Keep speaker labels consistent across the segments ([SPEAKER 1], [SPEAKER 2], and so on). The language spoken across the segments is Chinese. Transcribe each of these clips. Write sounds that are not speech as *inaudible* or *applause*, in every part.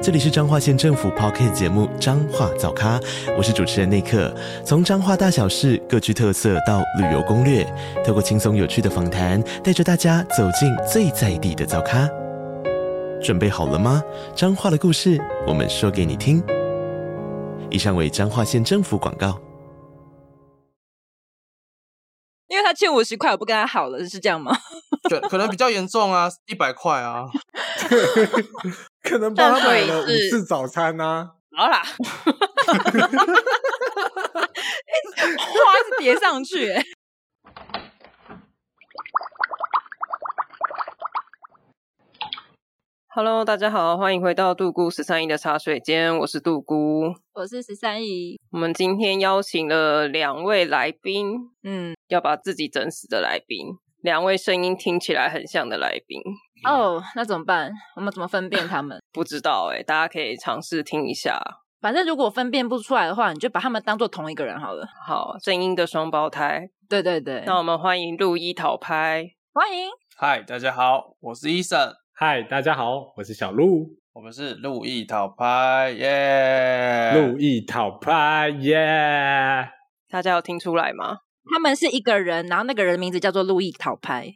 [SPEAKER 1] 这里是彰化县政府 p o c k t 节目《彰化早咖》，我是主持人内克。从彰化大小事各具特色到旅游攻略，透过轻松有趣的访谈，带着大家走进最在地的早咖。准备好了吗？彰化的故事，我们说给你听。以上为彰化县政府广告。
[SPEAKER 2] 因为他欠我十块，我不跟他好了，是这样吗？ *laughs*
[SPEAKER 3] 可可能比较严重啊，一百块啊，
[SPEAKER 4] *laughs* 可能帮他买了五
[SPEAKER 2] 但所以是
[SPEAKER 4] 次早餐啊呐、
[SPEAKER 2] 好啦，花是叠上去、欸。
[SPEAKER 5] Hello，大家好，欢迎回到杜姑十三姨的茶水间，我是杜姑。
[SPEAKER 2] *laughs* 我是十三姨，
[SPEAKER 5] 我们今天邀请了两位来宾，
[SPEAKER 2] 嗯，
[SPEAKER 5] 要把自己整死的来宾，两位声音听起来很像的来宾，
[SPEAKER 2] 哦，那怎么办？我们怎么分辨他们？
[SPEAKER 5] 不知道哎、大家可以尝试听一下。
[SPEAKER 2] 反正如果分辨不出来的话，你就把他们当做同一个人好了。
[SPEAKER 5] 好，声音的双胞胎，
[SPEAKER 2] 对对对，
[SPEAKER 5] 那我们欢迎陆一讨拍。
[SPEAKER 2] 欢迎。
[SPEAKER 3] 嗨，大家好，我是医生，
[SPEAKER 4] 嗨，大家好，我是小鹿，
[SPEAKER 3] 我们是路易讨拍耶。
[SPEAKER 4] 路易讨拍耶。
[SPEAKER 5] 大家有听出来吗？
[SPEAKER 2] 他们是一个人，然后那个人的名字叫做路易讨拍，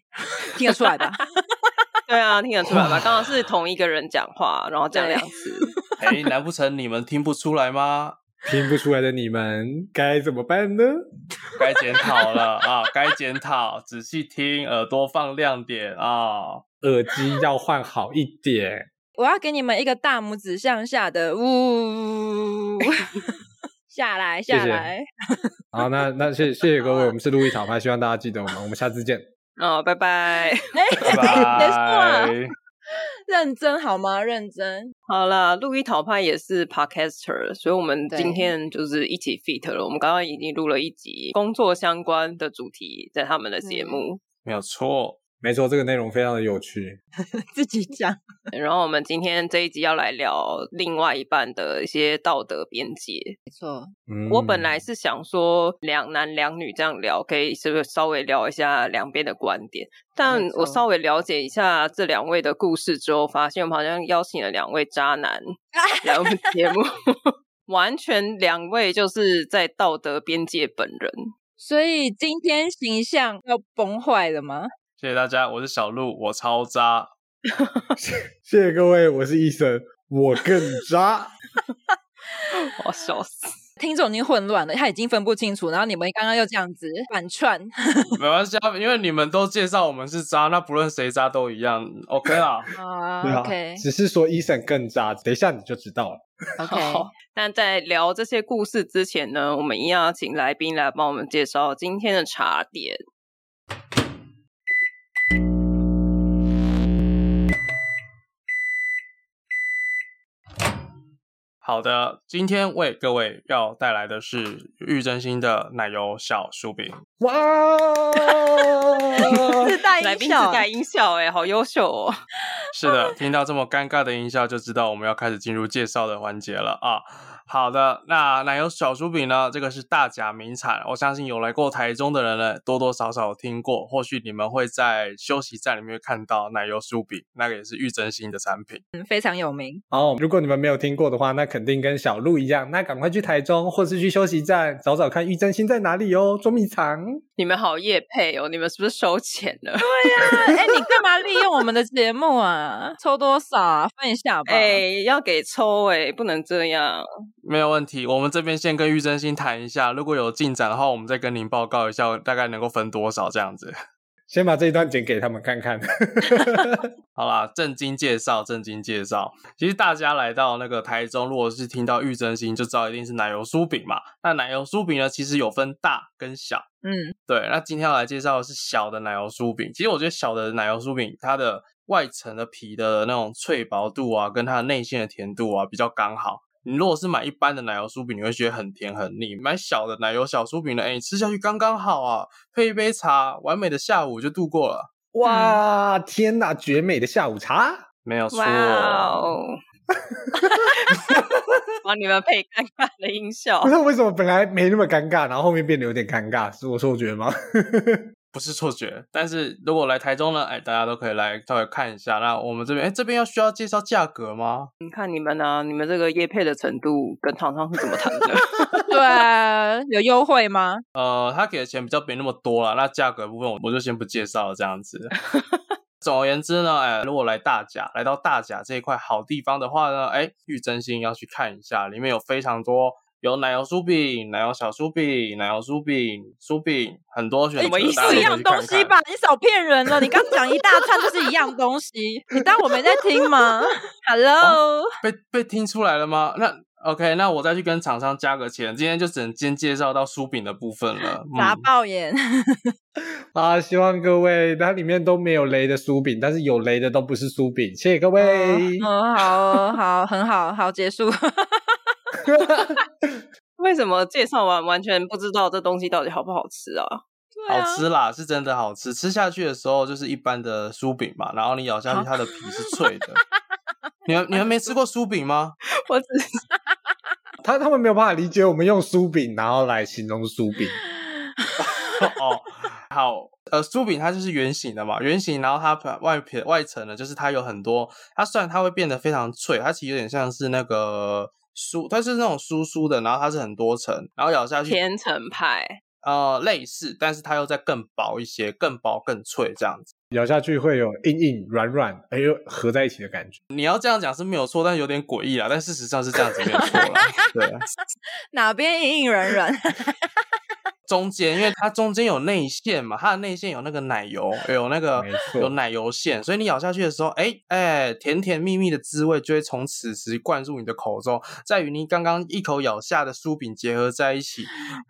[SPEAKER 2] 听得出来吧？ *laughs*
[SPEAKER 5] 对啊，听得出来吧？刚刚是同一个人讲话，然后讲
[SPEAKER 2] 对
[SPEAKER 5] 两
[SPEAKER 2] *laughs*
[SPEAKER 5] 次。
[SPEAKER 3] 哎、难不成你们听不出来吗？
[SPEAKER 4] 听不出来的你们该怎么办呢？
[SPEAKER 3] 该检讨了啊，该检讨，仔细听，耳朵放亮点啊。
[SPEAKER 4] 耳机要换好一点。
[SPEAKER 2] 我要给你们一个大拇指向下的呜，下来
[SPEAKER 4] 谢
[SPEAKER 2] 下来， *laughs*
[SPEAKER 4] 好，那那谢谢谢各位，我们是路易讨拍，希望大家记得我们，我们下次见。
[SPEAKER 5] 哦，拜拜。
[SPEAKER 2] 哎 *laughs* 等一
[SPEAKER 3] 拜
[SPEAKER 2] 下
[SPEAKER 3] 拜。
[SPEAKER 2] 啊认真好吗？认真。
[SPEAKER 5] 好啦，路易讨派也是 podcaster，所以我们
[SPEAKER 2] 对
[SPEAKER 5] 今天就是一起 fit 了。我们刚刚已经录了一集工作相关的主题，在他们的节目。
[SPEAKER 3] 没有错，
[SPEAKER 4] 没错，这个内容非常的有趣。
[SPEAKER 2] 自己讲。
[SPEAKER 5] 然后我们今天这一集要来聊另外一半的一些道德边界。
[SPEAKER 2] 没错，
[SPEAKER 4] 嗯
[SPEAKER 5] 我本来是想说两男两女这样聊，可以是不是稍微聊一下两边的观点？但
[SPEAKER 2] 没错
[SPEAKER 5] 我稍微了解一下这两位的故事之后，发现我们好像邀请了两位
[SPEAKER 2] *laughs*
[SPEAKER 5] 渣男来我们节目，完全两位就是在道德边界本人。
[SPEAKER 2] 所以今天形象要崩坏了吗？
[SPEAKER 3] 谢谢大家，我是小鹿，我超渣。
[SPEAKER 4] 谢谢各位，我是医生，我更渣。
[SPEAKER 5] *laughs* 我笑死！
[SPEAKER 2] 听众已经混乱了，他已经分不清楚，然后你们刚刚又这样子反串，
[SPEAKER 3] 没关系啊，因为你们都介绍我们是渣，那不论谁渣都一样，OK 啦。
[SPEAKER 2] 啊、
[SPEAKER 4] 对啊
[SPEAKER 2] o k
[SPEAKER 4] 只是说医生更渣，等一下你就知道了。
[SPEAKER 2] *laughs* OK，
[SPEAKER 5] 好那在聊这些故事之前呢，我们一样要请来宾来帮我们介绍今天的茶点。
[SPEAKER 3] 好的，今天为各位要带来的是玉真心的奶油小酥饼。
[SPEAKER 4] 哇！
[SPEAKER 2] 哦自带
[SPEAKER 5] 来宾
[SPEAKER 2] 音
[SPEAKER 5] 自
[SPEAKER 2] 效，
[SPEAKER 5] 带音效、哎，好优秀哦！
[SPEAKER 3] 是的，听到这么尴尬的音效，就知道我们要开始进入介绍的环节了啊。好的，那奶油小酥饼呢？这个是大甲名产，我相信有来过台中的人呢，多多少少有听过。或许你们会在休息站里面看到奶油酥饼，那个也是玉真心的产品。
[SPEAKER 2] 嗯非常有名。
[SPEAKER 4] 哦，如果你们没有听过的话，那肯定跟小鹿一样，那赶快去台中或是去休息站找找看玉真心在哪里哦，捉迷藏。 *laughs*
[SPEAKER 5] 你们好夜配哦，你们是不是收钱了？
[SPEAKER 2] 哎、你干嘛利用我们的节目啊？抽多少啊？分一下吧。
[SPEAKER 5] 哎、要给抽哎、不能这样。
[SPEAKER 3] 没有问题，我们这边先跟玉真心谈一下，如果有进展的话，我们再跟您报告一下，大概能够分多少这样子。
[SPEAKER 4] 先把这一段剪给他们看 *laughs* 看。
[SPEAKER 3] 好啦，正经介绍，正经介绍。其实大家来到那个台中，如果是听到玉真心，就知道一定是奶油酥饼嘛。那奶油酥饼呢，其实有分大跟小。
[SPEAKER 2] 嗯，
[SPEAKER 3] 对，那今天要来介绍的是小的奶油酥饼。其实我觉得小的奶油酥饼，它的外层的皮的那种脆薄度啊，跟它的内馅的甜度啊，比较刚好。你如果是买一般的奶油酥饼，你会觉得很甜很腻；买小的奶油小酥饼呢，哎、吃下去刚刚好啊，配一杯茶，完美的下午就度过了。
[SPEAKER 4] 哇，天哪，绝美的下午茶！
[SPEAKER 3] 没有错。
[SPEAKER 5] 哇哦！帮你们配尴尬的音效
[SPEAKER 2] 哦
[SPEAKER 4] 不，知道为什么本来没那么尴尬，然后后面变得有点尴尬，是我错觉吗？ *laughs*
[SPEAKER 3] 不是错觉，但是如果来台中呢，哎，大家都可以来稍微看一下。那我们这边，哎，这边要需要介绍价格吗？
[SPEAKER 5] 你看你们啊，你们这个业配的程度跟厂商是怎么谈的？ *laughs*
[SPEAKER 2] 对啊，有优惠吗？
[SPEAKER 3] 呃，他给的钱比较没那么多啦，那价格部分我我就先不介绍了，这
[SPEAKER 2] *laughs*
[SPEAKER 3] 样子。总而言之呢，哎，如果来大甲，来到大甲这一块好地方的话呢，哎，玉真心要去看一下，里面有非常多有奶油酥饼、奶油小酥饼、奶油酥饼、酥饼，很多选择，
[SPEAKER 5] 什么意思
[SPEAKER 3] 大
[SPEAKER 2] 是哎一
[SPEAKER 3] 家都可以
[SPEAKER 2] 样
[SPEAKER 3] 去
[SPEAKER 2] 东
[SPEAKER 3] 看
[SPEAKER 2] 西
[SPEAKER 3] 看
[SPEAKER 2] 吧？你少骗人了！你刚讲一大串就是一样东西，你当我没在听吗？Hello，
[SPEAKER 3] 被被听出来了吗？那 OK，那我再去跟厂商加个钱。今天就只能先介绍到酥饼的部分了。
[SPEAKER 2] 打
[SPEAKER 3] 嗯，
[SPEAKER 2] 爆眼，
[SPEAKER 4] 啊，希望各位它里面都没有雷的酥饼，但是有雷的都不是酥饼，谢谢各位。
[SPEAKER 2] 嗯，好哦好，很好，好结束。 *laughs*
[SPEAKER 5] 为什么介绍完完全不知道这东西到底好不好吃啊？
[SPEAKER 2] 对啊
[SPEAKER 3] 好吃啦，是真的好吃。吃下去的时候就是一般的酥饼嘛，然后你咬下去，它的皮是脆的。你们你们没吃过酥饼吗？
[SPEAKER 5] 我只是
[SPEAKER 4] *laughs* 他他们没有办法理解我们用酥饼然后来形容酥饼，
[SPEAKER 3] 哦，好，呃，酥饼它就是圆形的嘛，圆形，然后它把外皮外层呢，就是它有很多，它虽然它会变得非常脆，它其实有点像是那个酥，它是那种酥酥的，然后它是很多层，然后咬下去
[SPEAKER 5] 甜橙派，，
[SPEAKER 3] 呃类似，但是它又再更薄一些，更薄更脆这样子。
[SPEAKER 4] 咬下去会有硬硬软软，哎呦合在一起的感觉。
[SPEAKER 3] 你要这样讲是没有错，但有点诡异啦。但事实上是这样子没有错
[SPEAKER 4] *laughs*
[SPEAKER 3] 啦。对，啊
[SPEAKER 2] 哪边硬硬软软？
[SPEAKER 3] 中间因为它中间有内馅嘛，它的内馅有那个奶油，有那个
[SPEAKER 4] 没错
[SPEAKER 3] 有奶油馅，所以你咬下去的时候，哎哎，甜甜蜜蜜的滋味就会从此时灌入你的口中，在与你刚刚一口咬下的酥饼结合在一起，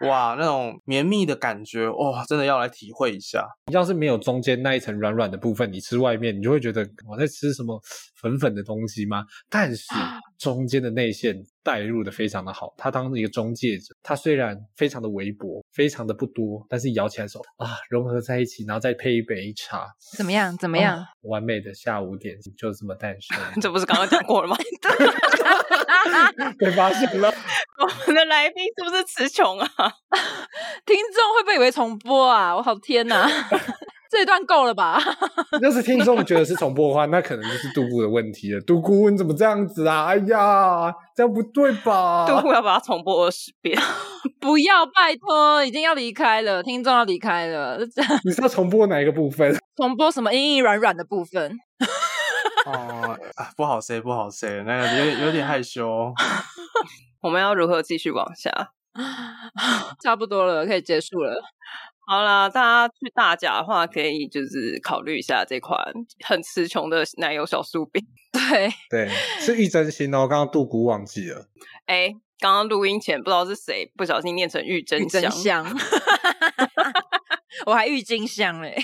[SPEAKER 3] 哇，那种绵密的感觉，哇、真的要来体会一下。
[SPEAKER 4] *laughs* 要是没有中间那一层软软的部分，你吃外面，你就会觉得我在吃什么粉粉的东西吗？但是
[SPEAKER 2] 啊
[SPEAKER 4] 中间的内馅带入的非常的好，它当一个中介者，它虽然非常的微薄，非常的不多，但是咬起来的时候啊，融合在一起，然后再配一杯茶，
[SPEAKER 2] *laughs* 怎么样？怎么
[SPEAKER 4] 啊
[SPEAKER 2] 样？
[SPEAKER 4] 完美的下午点心就这么诞生
[SPEAKER 2] *laughs*
[SPEAKER 5] 这不是刚刚讲过了吗？ *laughs*
[SPEAKER 4] *laughs* 被发现了。
[SPEAKER 5] 我们的来宾是不是词穷啊？ *laughs*
[SPEAKER 2] 听众会不会以为重播啊？我好天哪， *laughs* 这一段够了吧？ *laughs*
[SPEAKER 4] *laughs* 要是听众觉得是重播的话，那可能就是杜姑的问题了。杜姑，你怎么这样子啊？哎呀，这样不对吧？
[SPEAKER 5] 杜库要把它重播二十遍， *laughs*
[SPEAKER 2] 不要，拜托，已经要离开了，听众要离开了， *laughs*
[SPEAKER 4] 你是要重播哪一个部分？ *laughs*
[SPEAKER 2] 重播什么硬硬软软的部分？
[SPEAKER 3] 哦，啊，不好 say，不好 say，那个有点有点害羞。哦
[SPEAKER 5] 我们要如何继续往下？
[SPEAKER 2] 差不多了，可以结束了。
[SPEAKER 5] 好啦，大家去大甲的话，可以就是考虑一下这款很词穷的奶油小酥饼。
[SPEAKER 2] 对，
[SPEAKER 4] 对，是玉真心哦。刚刚杜姑忘记了，
[SPEAKER 5] 哎、刚刚录音前不知道是谁不小心念成玉
[SPEAKER 2] 郁
[SPEAKER 5] 真香，
[SPEAKER 2] 真香， *laughs* 我还郁金香嘞，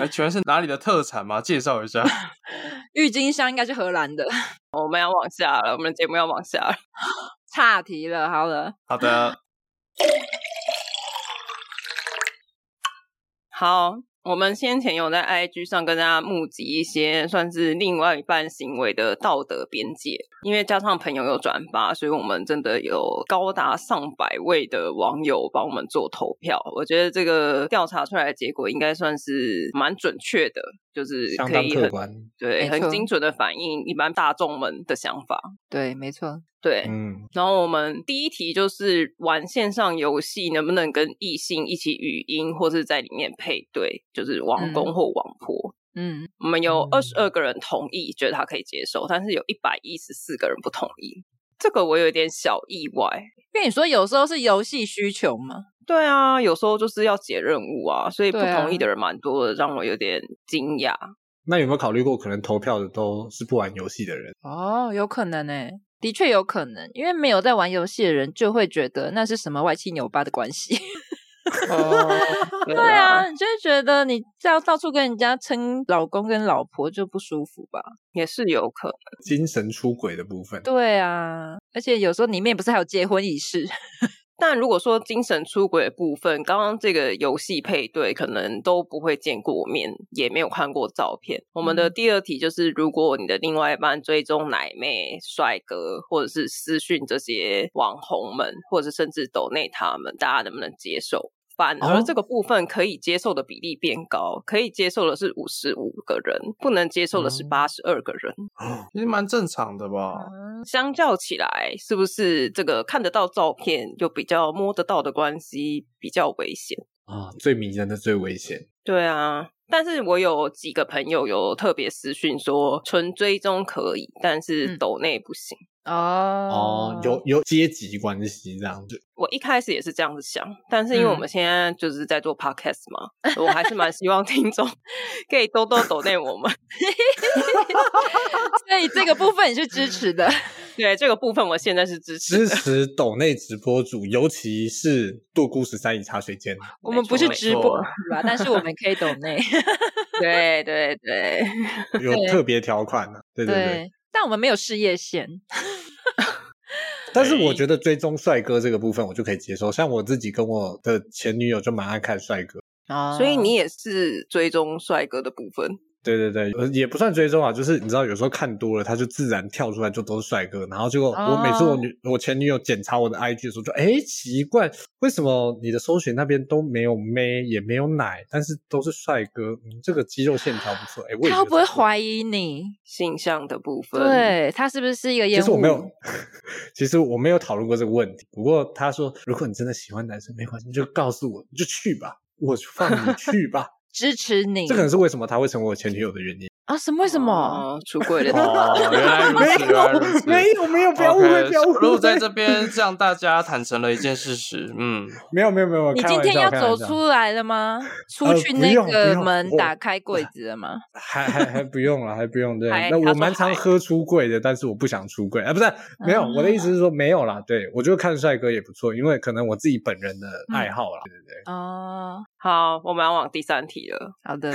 [SPEAKER 3] 哎，全是哪里的特产吗？介绍一下。
[SPEAKER 2] 郁金香应该是荷兰的。
[SPEAKER 5] 我们要往下了，我们的节目要往下了。
[SPEAKER 2] 岔题了，好了，
[SPEAKER 3] 好的，
[SPEAKER 5] 好，我们先前有在 IG 上跟大家募集一些算是另外一半行为的道德边界，因为加上朋友有转发，所以我们真的有高达上百位的网友帮我们做投票。我觉得这个调查出来的结果应该算是蛮准确的，就是
[SPEAKER 4] 相
[SPEAKER 5] 可
[SPEAKER 4] 当
[SPEAKER 5] 以
[SPEAKER 4] 客
[SPEAKER 5] 很
[SPEAKER 4] 观。
[SPEAKER 5] 对
[SPEAKER 2] 没错
[SPEAKER 5] 很精准的反映一般大众们的想法。
[SPEAKER 2] 对，没错，
[SPEAKER 5] 对，
[SPEAKER 4] 嗯，
[SPEAKER 5] 然后我们第一题就是玩线上游戏能不能跟异性一起语音，或是在里面配对，就是网公或网婆。
[SPEAKER 2] 嗯，
[SPEAKER 5] 我们有
[SPEAKER 4] 嗯
[SPEAKER 5] 二十二个人同意，觉得他可以接受，但是有一百一十四个人不同意。这个我有点小意外。
[SPEAKER 2] 因为你说有时候是游戏需求嘛，
[SPEAKER 5] 对啊，有时候就是要解任务啊，所以不
[SPEAKER 2] 对啊
[SPEAKER 5] 同意的人蛮多的，让我有点惊讶。
[SPEAKER 4] 那有没有考虑过，可能投票的都是不玩游戏的人？
[SPEAKER 2] 哦，有可能呢、的确有可能，因为没有在玩游戏的人就会觉得那是什么歪七扭八的关系。 *laughs* 哦
[SPEAKER 5] *laughs* 对
[SPEAKER 2] 对啊，，你就会觉得你到到处跟人家称老公跟老婆就不舒服吧？
[SPEAKER 5] 也是有可能。
[SPEAKER 4] 精神出轨的部分，
[SPEAKER 2] 对啊，而且有时候里面不是还有结婚仪式？ *laughs*
[SPEAKER 5] 但如果说精神出轨的部分，刚刚这个游戏配对可能都不会见过面，也没有看过照片。我们的第二题就是，如果你的另外一半追踪奶妹、帅哥，或者是私讯这些网红们，或者甚至抖内他们，大家能不能接受？反而这个部分可以接受的比例变高，可以接受的是五十五个人，不能接受的是八十二个人。
[SPEAKER 3] 其实蛮正常的吧？
[SPEAKER 5] 相较起来，是不是这个看得到照片又比较摸得到的关系比较危险？
[SPEAKER 4] 啊，最迷人的最危险。
[SPEAKER 5] 对啊，但是我有几个朋友有特别私讯说，纯追踪可以，但是
[SPEAKER 2] 嗯
[SPEAKER 5] 抖内不行。
[SPEAKER 2] 哦
[SPEAKER 4] 哦，有有阶级关系这样子。
[SPEAKER 5] 我一开始也是这样子想，但是因为我们现在就是在做 podcast 嘛，我还是蛮希望听众 *laughs* 可以多多抖内我们。 *laughs*
[SPEAKER 2] 所以这个部分你是支持
[SPEAKER 4] *laughs*
[SPEAKER 2] 的，
[SPEAKER 5] 对这个部分，我现在是支持
[SPEAKER 4] 支
[SPEAKER 5] 的。
[SPEAKER 4] 持抖内直播主，尤其是杜姑十三姨茶水间。
[SPEAKER 2] 我们不是直
[SPEAKER 3] 没
[SPEAKER 2] 播
[SPEAKER 3] 错
[SPEAKER 2] 主啊，但是我们可以抖内。
[SPEAKER 5] *laughs* 对对对，
[SPEAKER 4] 有
[SPEAKER 2] 对
[SPEAKER 4] 特别条款的、 *laughs* 对对对。
[SPEAKER 2] 对，但我们没有事业线。
[SPEAKER 4] 但是我觉得追踪帅哥这个部分我就可以接受，像我自己跟我的前女友就蛮爱看帅哥。
[SPEAKER 2] 哦
[SPEAKER 5] 所以你也是追踪帅哥的部分。
[SPEAKER 4] 对对对，呃也不算追踪啊，就是你知道有时候看多了，他就自然跳出来就都是帅哥，然后结果
[SPEAKER 2] 哦
[SPEAKER 4] 我每次我女、我前女友检查我的 IG 的时候就，哎奇怪，为什么你的搜寻那边都没有妹也没有奶，但是都是帅哥，嗯，这个肌肉线条不错，哎，我也觉
[SPEAKER 2] 他
[SPEAKER 4] 得
[SPEAKER 2] 会不会
[SPEAKER 4] 不错
[SPEAKER 2] 怀疑你？
[SPEAKER 5] 性向的部分，，
[SPEAKER 2] 对他是不是一个
[SPEAKER 4] 其
[SPEAKER 2] 烟雾？
[SPEAKER 4] 实我没有， *laughs* 其实我没有讨论过这个问题。不过他说，如果你真的喜欢男生，没关系，你就告诉我，你就去吧，我就放你去吧。
[SPEAKER 2] 支持你。
[SPEAKER 4] 这可能是为什么他会成为我前女友的原因。
[SPEAKER 2] 啊？什么？为什么？
[SPEAKER 5] 哦、出轨了？
[SPEAKER 3] 哦，原来
[SPEAKER 4] *laughs*
[SPEAKER 3] 如此，原来如此。
[SPEAKER 4] 没有没有，不要误
[SPEAKER 3] OK，
[SPEAKER 4] 会，不要误
[SPEAKER 3] 小鹿
[SPEAKER 4] 会，
[SPEAKER 3] 在这边向大家坦诚了一件事实，嗯，
[SPEAKER 4] *laughs* 没有没有没有，
[SPEAKER 2] 你
[SPEAKER 4] 开
[SPEAKER 2] 今
[SPEAKER 4] 玩
[SPEAKER 2] 天
[SPEAKER 4] 笑
[SPEAKER 2] 要
[SPEAKER 4] 开玩
[SPEAKER 2] 走
[SPEAKER 4] 笑
[SPEAKER 2] 出来了吗？出
[SPEAKER 4] 呃
[SPEAKER 2] 去
[SPEAKER 4] 不
[SPEAKER 2] 那
[SPEAKER 4] 用不
[SPEAKER 2] 个
[SPEAKER 4] 用
[SPEAKER 2] 门
[SPEAKER 4] 我
[SPEAKER 2] 打开柜子了吗？
[SPEAKER 4] 还还还不用了，还不用。对，
[SPEAKER 5] 还他
[SPEAKER 4] 那我
[SPEAKER 5] 说
[SPEAKER 4] 蛮常
[SPEAKER 5] 还
[SPEAKER 4] 喝出柜的，但是我不想出柜啊，不是没有。我的意思是说没有啦，对我觉得看帅哥也不错，因为可能我自己本人的爱好啦。对对对，
[SPEAKER 2] 哦，
[SPEAKER 5] *laughs* 好，我们要往第三题了。
[SPEAKER 2] 好的，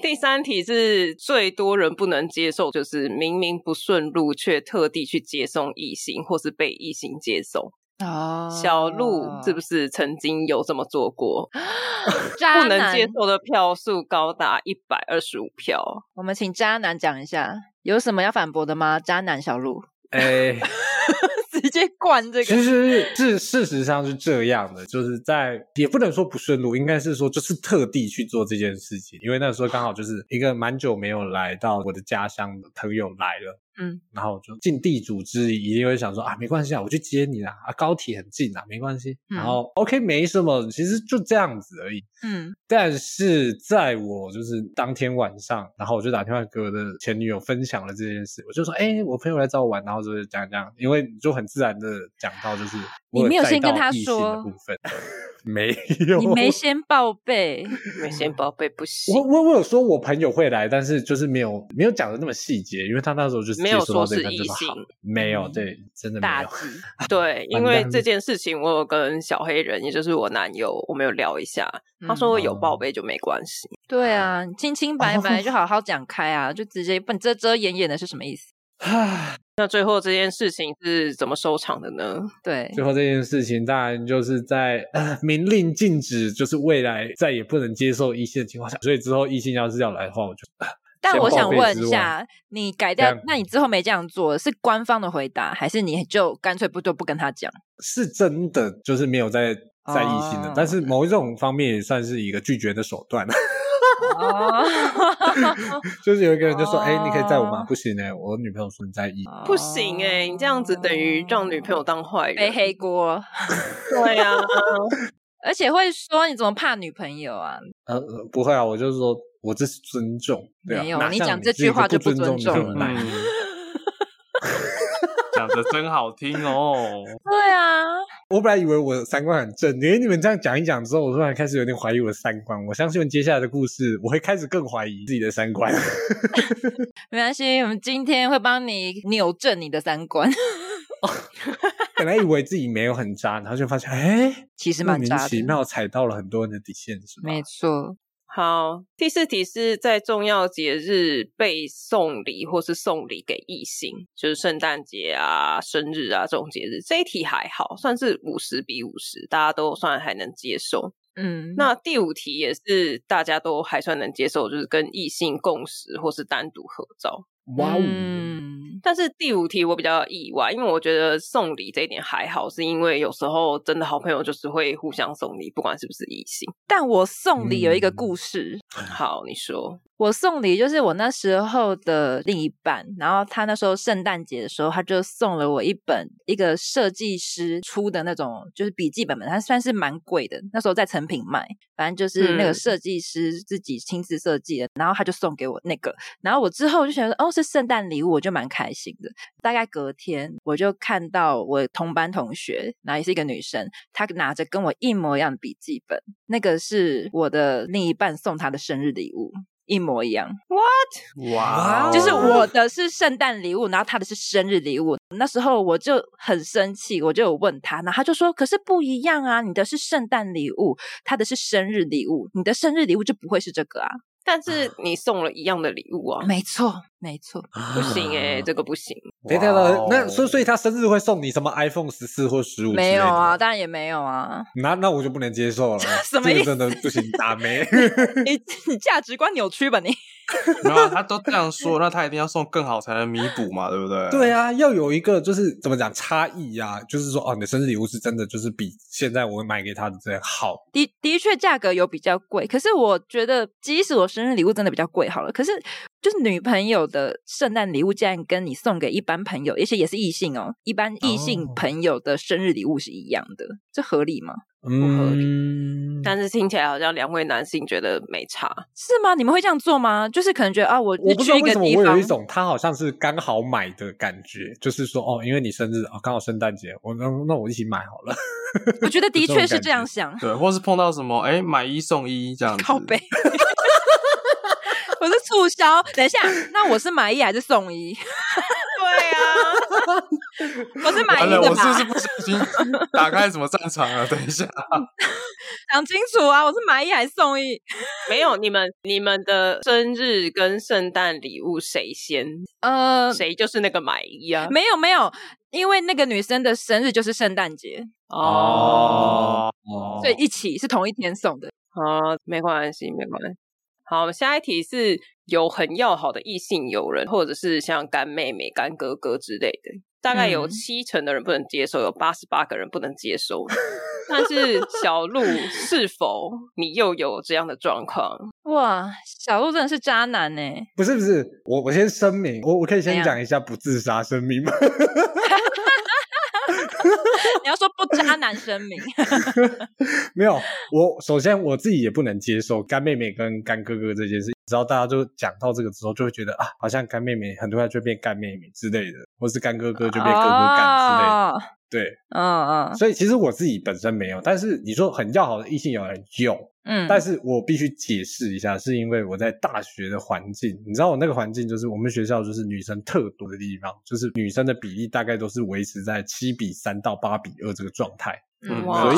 [SPEAKER 5] 第三题是最多人不能接受，就是明明不顺路却特地去接送异性，或是被异性接送。
[SPEAKER 4] 啊
[SPEAKER 2] 哦，
[SPEAKER 5] 小鹿是不
[SPEAKER 2] 是
[SPEAKER 5] 是曾经有这么做过？
[SPEAKER 2] 渣
[SPEAKER 5] 不能
[SPEAKER 2] 男？
[SPEAKER 5] 接受的票数高达一百二十五票。
[SPEAKER 2] 我们请渣男讲一下，有什么要反驳的吗？渣男小鹿
[SPEAKER 4] 哎，
[SPEAKER 2] 直接灌这
[SPEAKER 4] 其实是事实上是这样的，就是在也不能说不顺路，应该是说就是特地去做这件事情，因为那时候刚好就是一个蛮久没有来到我的家乡的朋友来了。
[SPEAKER 2] 嗯，
[SPEAKER 4] 然后我就尽地主之谊，一定会想说啊，没关系啊，我去接你啦，啊，高铁很近啊，没关系。
[SPEAKER 2] 嗯
[SPEAKER 4] 然后、OK，没什么，其实就这样子而已。
[SPEAKER 2] 嗯，
[SPEAKER 4] 但是在我就是当天晚上，然后我就打电话给我的前女友分享了这件事，我就说，哎、我朋友来找我玩，然后就是讲讲，因为你就很自然的讲到就是我
[SPEAKER 2] 你没有
[SPEAKER 4] 载
[SPEAKER 2] 先跟
[SPEAKER 4] 到
[SPEAKER 2] 他
[SPEAKER 4] 异性的
[SPEAKER 2] 说
[SPEAKER 4] 部
[SPEAKER 2] *laughs*
[SPEAKER 4] 分，没有，
[SPEAKER 2] 你没先报 *laughs* 备，
[SPEAKER 5] 美仙宝贝不
[SPEAKER 4] 我
[SPEAKER 5] 行，
[SPEAKER 4] 我我有说我朋友会来，但是就是没有没有讲的那么细节，因为他那时候就是
[SPEAKER 5] 没有
[SPEAKER 4] 接触到
[SPEAKER 5] 说是
[SPEAKER 4] 这一段就
[SPEAKER 5] 异性
[SPEAKER 4] 好，没有对，真的
[SPEAKER 2] 嗯
[SPEAKER 4] 没
[SPEAKER 2] 大
[SPEAKER 4] 有
[SPEAKER 2] 忌。
[SPEAKER 5] 对，因
[SPEAKER 4] 完
[SPEAKER 5] 为
[SPEAKER 4] 蛋了
[SPEAKER 5] 这件事情我有跟小黑人，也就是我男友，我们有聊一下，他说
[SPEAKER 4] 嗯
[SPEAKER 5] 有
[SPEAKER 4] 哦
[SPEAKER 5] 报备就没关系。
[SPEAKER 2] 对啊，你清清白白就好好讲开啊，就直接不你遮遮掩掩的是什么意思？
[SPEAKER 4] 唉，
[SPEAKER 5] 那最后这件事情是怎么收场的呢？
[SPEAKER 2] 对，
[SPEAKER 4] 最后这件事情当然就是在、呃、明令禁止，就是未来再也不能接受异性的情况下，所以之后异性要是要来的话，我就
[SPEAKER 2] 但
[SPEAKER 4] 先
[SPEAKER 2] 我
[SPEAKER 4] 报
[SPEAKER 2] 想
[SPEAKER 4] 备
[SPEAKER 2] 问
[SPEAKER 4] 之
[SPEAKER 2] 一
[SPEAKER 4] 外
[SPEAKER 2] 下，你改
[SPEAKER 4] 这
[SPEAKER 2] 掉
[SPEAKER 4] 样，
[SPEAKER 2] 那你之后没这样做，是官方的回答，还是你就干脆不就不跟他讲？
[SPEAKER 4] 是真的就是没有在在异性的，
[SPEAKER 2] 哦
[SPEAKER 4] 但是某一种方面也算是一个拒绝的手段，啊
[SPEAKER 2] 哦，
[SPEAKER 4] *laughs* 就是有一个人就说，
[SPEAKER 2] 哦
[SPEAKER 4] 哎、你可以载我吗？不行呢、欸我女朋友说你在意。
[SPEAKER 5] *laughs* 不行哎、你这样子等于让女朋友当坏
[SPEAKER 2] 哦背
[SPEAKER 5] 人。
[SPEAKER 2] 哦黑锅，
[SPEAKER 5] *laughs* 对啊呀、
[SPEAKER 2] 而且会说你怎么怕女朋友啊？
[SPEAKER 4] 呃，呃不会啊，我就是说我这是尊重，对啊，
[SPEAKER 2] 没有
[SPEAKER 4] 哪
[SPEAKER 2] 你
[SPEAKER 4] 像
[SPEAKER 2] 讲
[SPEAKER 4] 你
[SPEAKER 2] 这
[SPEAKER 4] 是
[SPEAKER 2] 句
[SPEAKER 4] 一个
[SPEAKER 2] 话就
[SPEAKER 4] 不
[SPEAKER 2] 不
[SPEAKER 4] 尊
[SPEAKER 2] 尊
[SPEAKER 4] 的
[SPEAKER 2] 重
[SPEAKER 4] 人
[SPEAKER 3] 嗯，讲的真好听哦。
[SPEAKER 2] 对啊，
[SPEAKER 4] 我本来以为我的三观很正，因为你们这样讲一讲之后，我突然开始有点怀疑我的三观。我相信接下来的故事，我会开始更怀疑自己的三
[SPEAKER 2] *laughs*
[SPEAKER 4] 观。
[SPEAKER 2] 没关系，我们今天会帮你扭正你的三观， *laughs*
[SPEAKER 4] 本来以为自己没有很渣，然后就发现，哎，
[SPEAKER 2] 其实
[SPEAKER 4] 莫
[SPEAKER 2] 蛮
[SPEAKER 4] 名
[SPEAKER 2] 渣的
[SPEAKER 4] 其，妙踩到了很多人的底线，是吧？
[SPEAKER 2] 没错。
[SPEAKER 5] 好，第四题是在重要节日被送礼或是送礼给异性，就是圣诞节啊、生日啊这种节日。这一题还好，算是五十比五十，大家都算还能接受。
[SPEAKER 2] 嗯，
[SPEAKER 5] 那第五题也是大家都还算能接受，就是跟异性共识或是单独合照。
[SPEAKER 4] 哇哦！
[SPEAKER 2] 嗯
[SPEAKER 5] 但是第五题我比较意外，因为我觉得送礼这一点还好，是因为有时候真的好朋友就是会互相送礼，不管是不是异性。
[SPEAKER 2] 但我送礼有一个
[SPEAKER 4] 嗯
[SPEAKER 2] 故事，
[SPEAKER 5] 好，你说，
[SPEAKER 2] 我送礼就是我那时候的另一半，然后他那时候圣诞节的时候，他就送了我一本一个设计师出的那种就是笔记本本，它算是蛮贵的，那时候在成品卖，反正就是那个
[SPEAKER 5] 嗯
[SPEAKER 2] 设计师自己亲自设计的，然后他就送给我那个，然后我之后就想说，哦，是圣诞礼物，我就蛮开心的。大概隔天，我就看到我同班同学，然后也是一个女生，她拿着跟我一模一样的笔记本，那个是我的另一半送她的生日礼物。一模一样，
[SPEAKER 3] 哇哦，
[SPEAKER 2] 就是
[SPEAKER 3] *laughs*
[SPEAKER 2] 我的是圣诞礼物，然后他的是生日礼物。那时候我就很生气，我就有问他，然后他就说：“可是不一样啊，你的是圣诞礼物，他的是生日礼物，你的生日礼物就不会是这个啊。
[SPEAKER 5] 但是你送了一样的礼物”啊，
[SPEAKER 2] 没啊嗯错，没错，
[SPEAKER 5] 不行哎、
[SPEAKER 2] 欸
[SPEAKER 4] *laughs*
[SPEAKER 5] 这个不行。
[SPEAKER 4] 等等
[SPEAKER 3] 哇哦
[SPEAKER 4] 等，那所以所以他生日会送你什么 iPhone 十四或十五？
[SPEAKER 2] 没有啊，，当然也没有啊。
[SPEAKER 4] 那那我就不能接受了，
[SPEAKER 2] *laughs* 什么意思
[SPEAKER 4] 这个真的不行，打没。
[SPEAKER 2] *laughs*
[SPEAKER 4] *laughs*
[SPEAKER 2] 你 *laughs* 你价值观扭曲吧你？
[SPEAKER 3] 然后啊他都这样说，那他一定要送更好才能弥补嘛，对不对？
[SPEAKER 4] 对
[SPEAKER 3] 啊，
[SPEAKER 4] 啊，要有一个就是怎么讲差异呀、就是说哦，你的生日礼物是真的就是比现在我买给他的这样好，
[SPEAKER 2] 的的确价格有比较贵，可是我觉得，即使我生日礼物真的比较贵好了，可是就是女朋友的圣诞礼物竟然跟你送给一般朋友，而且也是异性哦，一般异性
[SPEAKER 4] 哦
[SPEAKER 2] 朋友的生日礼物是一样的，这合理吗？
[SPEAKER 5] 合理
[SPEAKER 4] 嗯，
[SPEAKER 5] 但是听起来好像两位男性觉得没差，
[SPEAKER 2] *laughs* 是吗？你们会这样做吗？就是可能觉得啊，我
[SPEAKER 4] 我不知
[SPEAKER 2] 去
[SPEAKER 4] 道
[SPEAKER 2] 一
[SPEAKER 4] 为
[SPEAKER 2] 个
[SPEAKER 4] 什么
[SPEAKER 2] 地
[SPEAKER 4] 我有
[SPEAKER 2] 方
[SPEAKER 4] 一，种他好像是刚好买的感觉，就是说哦，因为你生日啊、哦刚好圣诞节，我那那我一起买好了。
[SPEAKER 2] 我觉得的
[SPEAKER 4] 有这种
[SPEAKER 2] 确是
[SPEAKER 4] 感
[SPEAKER 2] 这样
[SPEAKER 4] 觉
[SPEAKER 2] 想，
[SPEAKER 3] 对，或是碰到什么哎买一送一这样子，
[SPEAKER 2] 靠背。 *laughs* 我是促销，等一下，那我是买一还是送一？ *laughs*
[SPEAKER 5] 对啊，
[SPEAKER 2] 我是买
[SPEAKER 3] 完
[SPEAKER 2] 一
[SPEAKER 3] 了，
[SPEAKER 2] 的
[SPEAKER 3] 我
[SPEAKER 2] 吧？
[SPEAKER 3] 是不是不小心打开什么战场了？等一下，
[SPEAKER 2] 讲清楚啊，我是买一还是送一？
[SPEAKER 5] *laughs* 没有你们你们的生日跟圣诞礼物谁先，
[SPEAKER 2] 呃，
[SPEAKER 5] 谁就是那个买一啊。
[SPEAKER 2] 没有没有，因为那个女生的生日就是圣诞节，
[SPEAKER 4] 哦
[SPEAKER 3] 哦
[SPEAKER 2] 所以一起是同一天送的。
[SPEAKER 5] 啊，没关系，没关系。好，下一题是有很要好的异性友人，或者是像干妹妹、干哥哥之类的，大概有
[SPEAKER 2] 嗯
[SPEAKER 5] 七成的人不能接受，有八十八个人不能接受。但是小鹿是否你又有这样的状况？
[SPEAKER 2] 哇，小鹿真的是渣男欸呢、
[SPEAKER 4] 不是不是，我我先声明，我我可以
[SPEAKER 2] 怎
[SPEAKER 4] 先
[SPEAKER 2] 样
[SPEAKER 4] 讲一下不自杀声明吗？
[SPEAKER 2] *laughs*
[SPEAKER 4] *laughs*
[SPEAKER 2] 你要说不渣男声
[SPEAKER 4] *laughs*
[SPEAKER 2] 明，
[SPEAKER 4] 没有，我首先我自己也不能接受干妹妹跟干哥哥这件事。然后大家就讲到这个之后，就会觉得啊，好像干妹妹很多人就变干妹妹之类的，或是干哥哥就变哥哥干之类的。
[SPEAKER 2] 哦，
[SPEAKER 4] 对，
[SPEAKER 2] 嗯嗯
[SPEAKER 4] 所以其实我自己本身没有，但是你说很要好的异性友人有，
[SPEAKER 2] 嗯，
[SPEAKER 4] 但是我必须解释一下，是因为我在大学的环境，你知道我那个环境就是我们学校就是女生特多的地方，就是女生的比例大概都是维持在七比三到八比二这个状态。
[SPEAKER 2] 嗯
[SPEAKER 5] 哇
[SPEAKER 4] 所以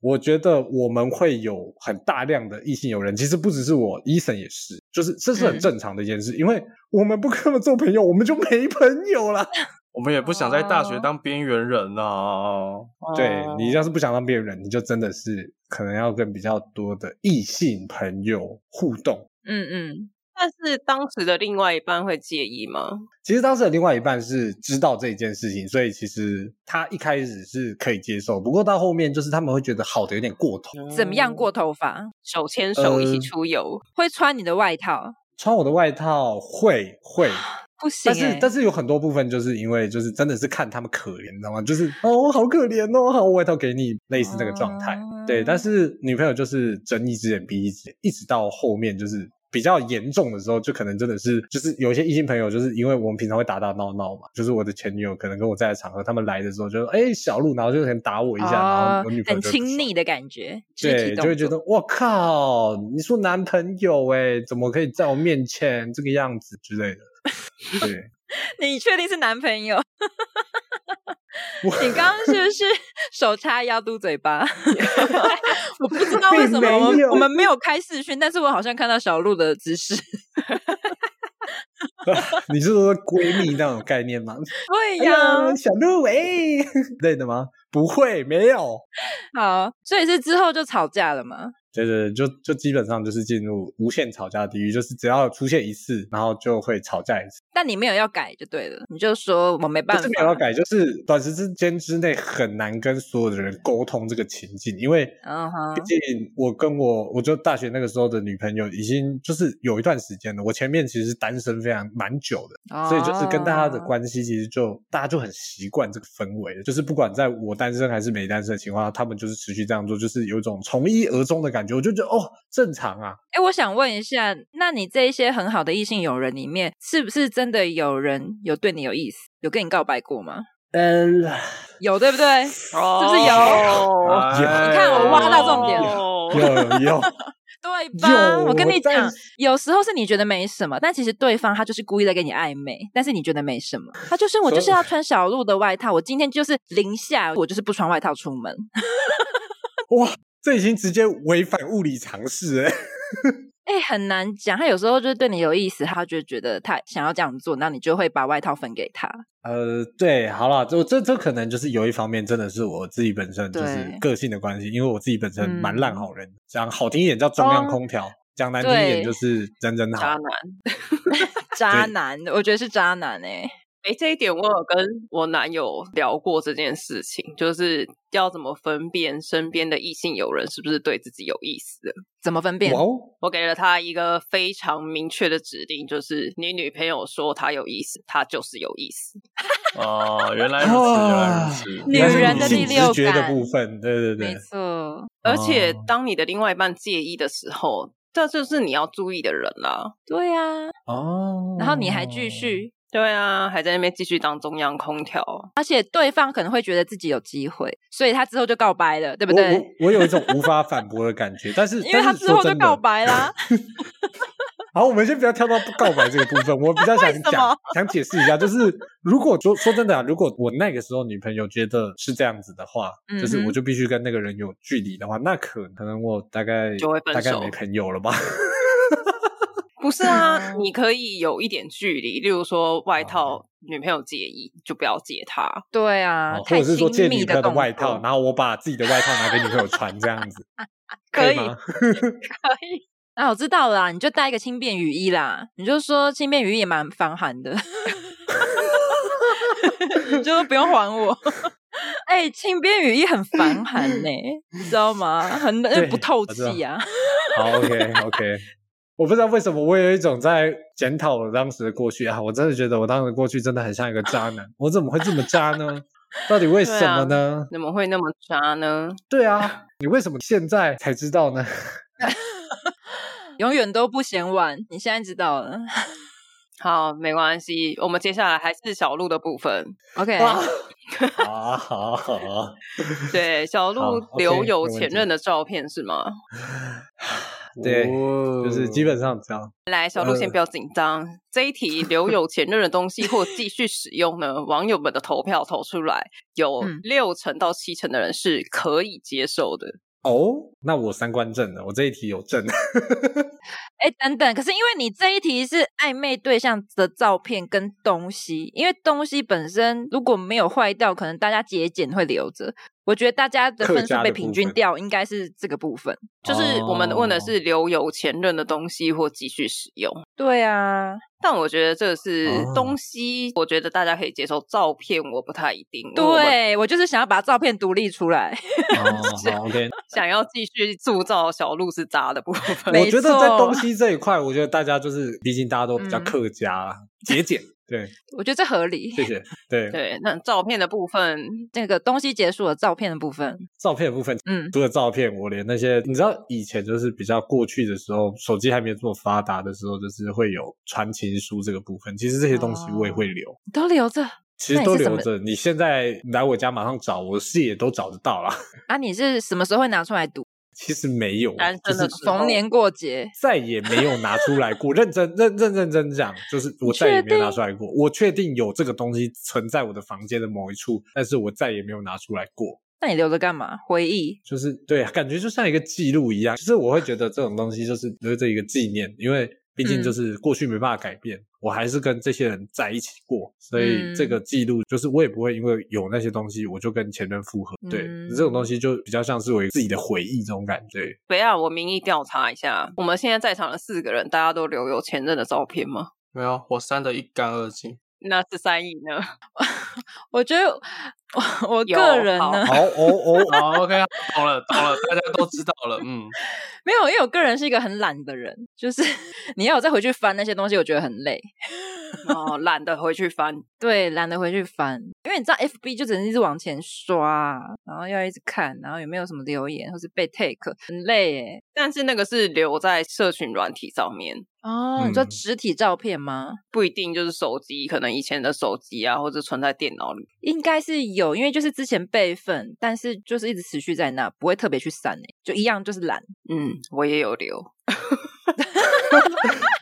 [SPEAKER 4] 我觉得我们会有很大量的异性友人，其实不只是我，医生也是，就是这是很
[SPEAKER 2] 嗯
[SPEAKER 4] 正常的一件事，因为我们不跟他们做朋友，我们就没朋友啦。
[SPEAKER 3] 我们也不想在大
[SPEAKER 2] 哦
[SPEAKER 3] 学当边缘人啊。
[SPEAKER 4] 对
[SPEAKER 5] 哦
[SPEAKER 4] 你要是不想当别人，你就真的是可能要跟比较多的异性朋友互动。
[SPEAKER 2] 嗯嗯，
[SPEAKER 5] 但是当时的另外一半会介意吗？
[SPEAKER 4] 其实当时的另外一半是知道这一件事情，所以其实他一开始是可以接受，不过到后面就是他们会觉得好的有点过头，
[SPEAKER 2] 怎么样过头发？
[SPEAKER 5] 手牵手一起
[SPEAKER 4] 呃
[SPEAKER 5] 出游？
[SPEAKER 2] 会穿你的外套？
[SPEAKER 4] 穿我的外套会会，
[SPEAKER 2] 不行、
[SPEAKER 4] 但
[SPEAKER 2] 欸，
[SPEAKER 4] 是但是有很多部分就是因为就是真的是看他们可怜，你知道吗？就是哦好可怜哦，好我外套给你，类似这个状态。
[SPEAKER 2] 哦
[SPEAKER 4] 对，但是女朋友就是睁一只眼闭一只眼，一直到后面就是比较严重的时候，就可能真的是就是有一些异性朋友，就是因为我们平常会打打闹闹嘛，就是我的前女友可能跟我在的场合，他们来的时候就哎、小鹿，然后就可能打我一下，然
[SPEAKER 2] 哦
[SPEAKER 4] 后我女朋友
[SPEAKER 2] 很
[SPEAKER 4] 就
[SPEAKER 2] 亲昵
[SPEAKER 4] 的。
[SPEAKER 2] 的感觉，肢体
[SPEAKER 4] 对，就
[SPEAKER 2] 动
[SPEAKER 4] 会觉
[SPEAKER 2] 作。
[SPEAKER 4] 得我靠，你说男朋友哎、怎么可以在我面前这个样子之类的？对，
[SPEAKER 2] 你确定是男朋友？你刚刚是不是手叉腰嘟嘴
[SPEAKER 4] *laughs*
[SPEAKER 2] 巴？我不知道为什么我
[SPEAKER 4] 并没
[SPEAKER 2] 们
[SPEAKER 4] 有
[SPEAKER 2] 我们没有开视讯，但是我好像看到小鹿的姿势。 *laughs*
[SPEAKER 4] 你是说闺蜜那种概念吗？
[SPEAKER 2] 对
[SPEAKER 4] 哎
[SPEAKER 2] 呀、
[SPEAKER 4] 呀，小鹿 *laughs* 喂、类的吗？不会，没有。
[SPEAKER 2] 好，所以是之后就吵架了嘛？
[SPEAKER 4] 对对，对就就基本上就是进入无限吵架的地狱，就是只要出现一次，然后就会吵架一次。
[SPEAKER 2] 但你没有要改就对了，你就说我没
[SPEAKER 4] 不
[SPEAKER 2] 办
[SPEAKER 4] 是
[SPEAKER 2] 法，
[SPEAKER 4] 没有要改，就是短时之间之内很难跟所有的人沟通这个情境，因为
[SPEAKER 2] 嗯哼
[SPEAKER 4] 毕竟我跟我我就大学那个时候的女朋友已经就是有一段时间了，我前面其实是单身非常蛮久的。所以就是跟大家的
[SPEAKER 2] 哦
[SPEAKER 4] 关系，其实就大家就很习惯这个氛围了，就是不管在我单身还是没单身的情况下，他们就是持续这样做，就是有一种从一而终的感觉。我就觉得哦，正常啊，
[SPEAKER 2] 哎，我想问一下，那你这一些很好的异性友人里面，是不是真的有人有对你有意思，有跟你告白过吗？
[SPEAKER 4] 嗯，
[SPEAKER 2] 有，对不对？你
[SPEAKER 5] 哦，
[SPEAKER 2] 是不是有
[SPEAKER 3] 哎
[SPEAKER 2] 看我挖到重点了，
[SPEAKER 4] 哦
[SPEAKER 5] 了
[SPEAKER 2] 哦
[SPEAKER 4] 有有， *laughs*
[SPEAKER 2] 对吧？
[SPEAKER 4] 有
[SPEAKER 2] 我跟你
[SPEAKER 4] 但
[SPEAKER 2] 讲，有时候是你觉得没什么，但其实对方他就是故意在跟你暧昧，但是你觉得没什么，他就是我
[SPEAKER 4] 所以
[SPEAKER 2] 就是要穿小鹿的外套，我今天就是零下，我就是不穿外套出门。
[SPEAKER 4] 这已经直接违反物理常识了。 *laughs*
[SPEAKER 2] 哎，很难讲，他有时候就是对你有意思，他就觉得他想要这样做，那你就会把外套分给他。
[SPEAKER 4] 呃，对，好啦，这这这可能就是有一方面真的是我自己本身就是
[SPEAKER 2] 对
[SPEAKER 4] 个性的关系，因为我自己本身
[SPEAKER 2] 嗯
[SPEAKER 4] 蛮烂好人，讲好听一点叫中央
[SPEAKER 2] 哦
[SPEAKER 4] 空调，讲难听一点
[SPEAKER 2] 对
[SPEAKER 4] 就是人人
[SPEAKER 5] 渣
[SPEAKER 4] 好
[SPEAKER 5] 男。。
[SPEAKER 2] 渣男，我觉得是渣男哎、
[SPEAKER 5] 哎，这一点我有跟我男友聊过这件事情，就是要怎么分辨身边的异性友人是不是对自己有意思的。
[SPEAKER 2] 怎么分辨
[SPEAKER 4] 哇？哦，
[SPEAKER 5] 我给了他一个非常明确的指令，就是你女朋友说她有意思，她就是有意思。
[SPEAKER 2] *laughs*
[SPEAKER 3] 哦，原来如此，原来如此。
[SPEAKER 2] 哦女人的第
[SPEAKER 4] 性
[SPEAKER 2] *laughs* 六
[SPEAKER 4] 直觉的
[SPEAKER 2] 感
[SPEAKER 4] 部分，对对对
[SPEAKER 2] 没，错，
[SPEAKER 5] 而且
[SPEAKER 4] 哦
[SPEAKER 5] 当你的另外一半介意的时候，这就是你要注意的人啦。
[SPEAKER 2] 对呀、啊。
[SPEAKER 4] 哦，
[SPEAKER 2] 然后你还继，续，
[SPEAKER 5] 对啊，还在那边继续当中央空调，啊
[SPEAKER 2] 而且对方可能会觉得自己有机会，所以他之后就告白了，对不对？
[SPEAKER 4] 我我我有一种无法反驳的感觉，但是
[SPEAKER 2] *laughs* 因为
[SPEAKER 4] 但是
[SPEAKER 2] 他之后
[SPEAKER 4] 说
[SPEAKER 2] 就
[SPEAKER 4] 真的
[SPEAKER 2] 告白
[SPEAKER 4] *laughs*
[SPEAKER 2] 啦。
[SPEAKER 4] 好，我们先不要跳到不告白这个部分，我比较想
[SPEAKER 2] *laughs* 为什
[SPEAKER 4] 讲
[SPEAKER 2] 么，
[SPEAKER 4] *laughs* 想解释一下，就是如果说说真的啊，如果我那个时候女朋友觉得是这样子的话，
[SPEAKER 2] 嗯哼
[SPEAKER 4] 就是我就必须跟那个人有距离的话，那可可能我大概
[SPEAKER 5] 就会分
[SPEAKER 4] 大概
[SPEAKER 5] 手
[SPEAKER 4] 没朋友了吧？
[SPEAKER 5] 不是啊？
[SPEAKER 2] 嗯
[SPEAKER 5] 你可以有一点距离，例如说外套，女朋友介意就不要借她。
[SPEAKER 2] 对啊， *laughs*
[SPEAKER 4] 哦或
[SPEAKER 2] 太
[SPEAKER 4] 者是说借
[SPEAKER 2] 亲
[SPEAKER 4] 你
[SPEAKER 2] 密
[SPEAKER 4] 朋友的
[SPEAKER 2] 动
[SPEAKER 4] 外套，
[SPEAKER 2] 作
[SPEAKER 4] 然后我把自己的外套拿给女朋友穿，这样
[SPEAKER 2] *laughs*
[SPEAKER 4] 子
[SPEAKER 5] 可以
[SPEAKER 4] 以吗？ *laughs*
[SPEAKER 2] 啊，我知道了啦，你就带一个轻便雨衣啦，你就说轻便雨衣也蛮防寒的， *laughs* 你就说不用还我。哎、轻便雨衣很防寒呢、你知道吗？很
[SPEAKER 4] 对
[SPEAKER 2] 不透
[SPEAKER 4] 我知道
[SPEAKER 2] 气啊。
[SPEAKER 4] 好，OK OK。我不知道为什么，我有一种在检讨我当时的过去啊！我真的觉得我当时过去真的很像一个渣男，我怎么会这么渣呢？到底为什
[SPEAKER 2] 啊
[SPEAKER 4] 么呢？
[SPEAKER 5] 怎么会那么渣呢？
[SPEAKER 4] 对啊，你为什么现在才知道呢？
[SPEAKER 2] 永远都不嫌晚，你现在知道了。
[SPEAKER 5] 好，没关系，我们接下来还是小鹿的部分。
[SPEAKER 2] OK，
[SPEAKER 4] 啊，好好好，
[SPEAKER 5] 对，小鹿
[SPEAKER 4] 好
[SPEAKER 5] 留
[SPEAKER 4] ，OK，
[SPEAKER 5] 有
[SPEAKER 4] 没问
[SPEAKER 5] 前
[SPEAKER 4] 题
[SPEAKER 5] 任的照片是吗？
[SPEAKER 4] 对
[SPEAKER 3] 就
[SPEAKER 4] 哦就是基本上这样。
[SPEAKER 5] 来，哎小鹿
[SPEAKER 4] 呃
[SPEAKER 5] 先不要紧张。这一题留有前任的东西或继续使用呢？网友们的投票投出来，有
[SPEAKER 2] 嗯
[SPEAKER 5] 六成到七成的人是可以接受的。
[SPEAKER 4] 哦，那我三观正了，我这一题有正。
[SPEAKER 2] 哎、等等，可是因为你这一题是暧昧对象的照片跟东西，因为东西本身如果没有坏掉，可能大家节俭会留着。我觉得大家的
[SPEAKER 4] 客
[SPEAKER 2] 分数
[SPEAKER 4] 家
[SPEAKER 2] 被
[SPEAKER 4] 的
[SPEAKER 2] 平
[SPEAKER 4] 部
[SPEAKER 2] 均
[SPEAKER 4] 分
[SPEAKER 2] 掉，应该是这个部分。
[SPEAKER 5] 就是我们
[SPEAKER 4] 哦
[SPEAKER 5] 问的是留有前任的东西或继续使用。
[SPEAKER 2] 对啊，
[SPEAKER 5] 但我觉得这是
[SPEAKER 4] 哦
[SPEAKER 5] 东西，我觉得大家可以接受。照片我不太一定，因为我们
[SPEAKER 2] 对我就是想要把照片独立出来。
[SPEAKER 4] 哦，好，OK。
[SPEAKER 5] *laughs* 想要继续塑造小鹿是渣的部分。
[SPEAKER 2] 没
[SPEAKER 4] 我觉得
[SPEAKER 2] 错
[SPEAKER 4] 在东西这一块，我觉得大家就是，毕竟大家都比较
[SPEAKER 2] 嗯
[SPEAKER 4] 客家啦，节俭。对，
[SPEAKER 2] 我觉得这合理。
[SPEAKER 4] 谢谢。对，
[SPEAKER 5] 对，那照片的部分，
[SPEAKER 2] 那个东西结束了，照片的部分，
[SPEAKER 4] 照片的部分，
[SPEAKER 2] 嗯，
[SPEAKER 4] 除了照片，我连那些你知道以前就是比较过去的时候，手机还没有这么发达的时候，就是会有传情书这个部分。其实这些东西我也
[SPEAKER 5] 哦
[SPEAKER 4] 会留，
[SPEAKER 2] 你都留着
[SPEAKER 4] 其实都留着。你现在来我家马上找，我是也都找得到啦。
[SPEAKER 2] 啊？你是什么时候会拿出来读？
[SPEAKER 4] 其实没有，
[SPEAKER 5] 单
[SPEAKER 4] 就
[SPEAKER 5] 身的
[SPEAKER 4] 是
[SPEAKER 5] 时候
[SPEAKER 2] 逢年过节，
[SPEAKER 4] 再也没有拿出来过。认真、认认认真讲，就是我再也没有拿出来过。我确定有这个东西存在我的房间的某一处，但是我再也没有拿出来过。
[SPEAKER 2] 那你留着干嘛？回忆
[SPEAKER 4] 就是对啊，感觉就像一个记录一样。就是我会觉得这种东西就是留着一个纪念，因为毕竟
[SPEAKER 2] 嗯
[SPEAKER 4] 就是过去没办法改变，我还是跟这些人在一起过，所以
[SPEAKER 2] 嗯
[SPEAKER 4] 这个记录就是我也不会因为有那些东西我就跟前任复合。对，
[SPEAKER 2] 嗯
[SPEAKER 4] 这种东西就比较像是我自己的回忆这种感觉。
[SPEAKER 5] 北亚，我民意调查一下，我们现在在场的四个人，大家都留有前任的照片吗？
[SPEAKER 3] 没有，我删的一干二净。
[SPEAKER 5] 那十三亿呢？
[SPEAKER 2] 我觉得 *laughs* 我我
[SPEAKER 5] 有
[SPEAKER 2] 个人
[SPEAKER 5] 好
[SPEAKER 2] 呢，
[SPEAKER 4] 哦哦哦，
[SPEAKER 3] 好，OK，懂了，懂了，大家都知道了。嗯，
[SPEAKER 2] 没有，因为我个人是一个很懒的人，就是 *laughs* 你要我再回去翻那些东西，我觉得很累。
[SPEAKER 5] 哦，懒得回去翻。
[SPEAKER 2] 对，懒得回去翻，因为你知道 FB 就只能一直往前刷，然后要一直看，然后有没有什么留言或是被 take，很累耶。
[SPEAKER 5] 但是那个是留在社群软体上面，
[SPEAKER 2] 哦，你说
[SPEAKER 4] 嗯
[SPEAKER 2] 实体照片吗？
[SPEAKER 5] 不一定就是手机，可能以前的手机啊，或者存在电脑里。
[SPEAKER 2] 应该是有，因为就是之前备份，但是就是一直持续在那，不会特别去删诶，就一样就是懒。
[SPEAKER 5] 嗯，我也有留。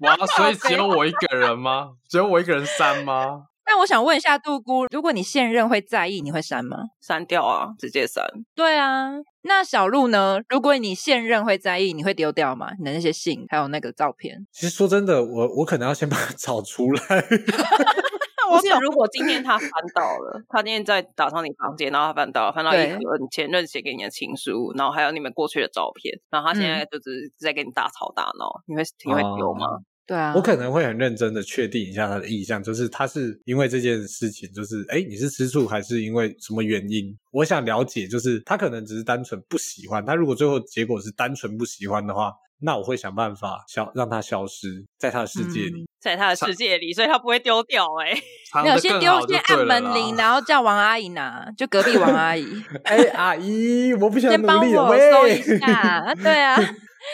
[SPEAKER 3] 哇，所以只有我一个人吗？只有我一个人删吗？
[SPEAKER 2] 那我想问一下杜姑，如果你现任会在意，你会删吗？
[SPEAKER 5] 删掉啊，直接删。
[SPEAKER 2] 对啊，那小鹿呢？如果你现任会在意，你会丢掉吗？你的那些信还有那个照片？
[SPEAKER 4] 其实说真的，我我可能要先把它 *laughs* 找出来。
[SPEAKER 5] 而且如果今天他翻到了，他今天在打上你房间，然后他翻到了，翻到一
[SPEAKER 2] 对
[SPEAKER 5] 盒你前任写给你的情书，然后还有你们过去的照片，然后他现
[SPEAKER 4] 嗯
[SPEAKER 5] 在就是在跟你大吵大闹，你会你会丢吗？
[SPEAKER 4] 哦
[SPEAKER 2] 对啊，
[SPEAKER 4] 我可能会很认真的确定一下他的意向，就是他是因为这件事情，就是哎，诶你是吃醋还是因为什么原因？我想了解，就是他可能只是单纯不喜欢。他如果最后结果是单纯不喜欢的话，那我会想办法消让他消失在他的世界里。
[SPEAKER 2] 嗯
[SPEAKER 4] *laughs*
[SPEAKER 5] 在他的世界里，所以他不会丢掉哎、
[SPEAKER 3] 藏
[SPEAKER 2] 没
[SPEAKER 3] 的
[SPEAKER 2] 有先
[SPEAKER 3] 更
[SPEAKER 2] 丢
[SPEAKER 3] 好，就
[SPEAKER 2] 先
[SPEAKER 3] 对
[SPEAKER 2] 按
[SPEAKER 3] 了
[SPEAKER 2] 门铃，
[SPEAKER 3] 啦。
[SPEAKER 2] 然后叫王阿姨拿，就隔壁王
[SPEAKER 4] *laughs*
[SPEAKER 2] 阿姨
[SPEAKER 4] 哎、阿姨，我不想
[SPEAKER 2] 先
[SPEAKER 4] 努
[SPEAKER 2] 帮
[SPEAKER 4] 力了，
[SPEAKER 2] 我
[SPEAKER 4] 喂。
[SPEAKER 2] 搜
[SPEAKER 4] *laughs*
[SPEAKER 2] 一下。啊对啊，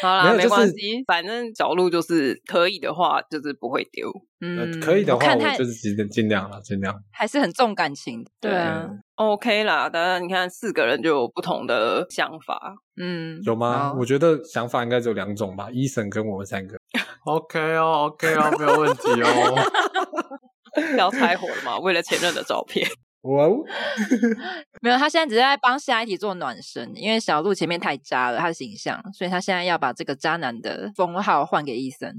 [SPEAKER 5] 好
[SPEAKER 4] 没
[SPEAKER 5] 啦，
[SPEAKER 4] 有
[SPEAKER 5] 没
[SPEAKER 4] 就是
[SPEAKER 5] 关系，反正小鹿就是可以的话，就是不会丢。
[SPEAKER 4] 呃
[SPEAKER 2] 嗯，
[SPEAKER 4] 可以的
[SPEAKER 2] 我
[SPEAKER 4] 话，
[SPEAKER 2] 看
[SPEAKER 4] 我
[SPEAKER 2] 他
[SPEAKER 4] 就是尽量尽量了，尽量。
[SPEAKER 2] 还是很重感情的。对啊，
[SPEAKER 5] OK 啦，当然你看四个人就有不同的想法，
[SPEAKER 2] 嗯，
[SPEAKER 4] 有吗？
[SPEAKER 2] 好
[SPEAKER 4] 我觉得想法应该只有两种吧，医生跟我们三个。
[SPEAKER 3] OK 哦，OK 哦，没有问题哦。
[SPEAKER 5] 要拆伙了嘛？为了前任的照
[SPEAKER 4] *laughs*
[SPEAKER 5] 片，
[SPEAKER 2] *laughs*
[SPEAKER 4] 哇哦，
[SPEAKER 2] 没有，他现在只是在帮下一题做暖身，因为小鹿前面太渣了，他的形象，所以他现在要把这个渣男的封号换给医生。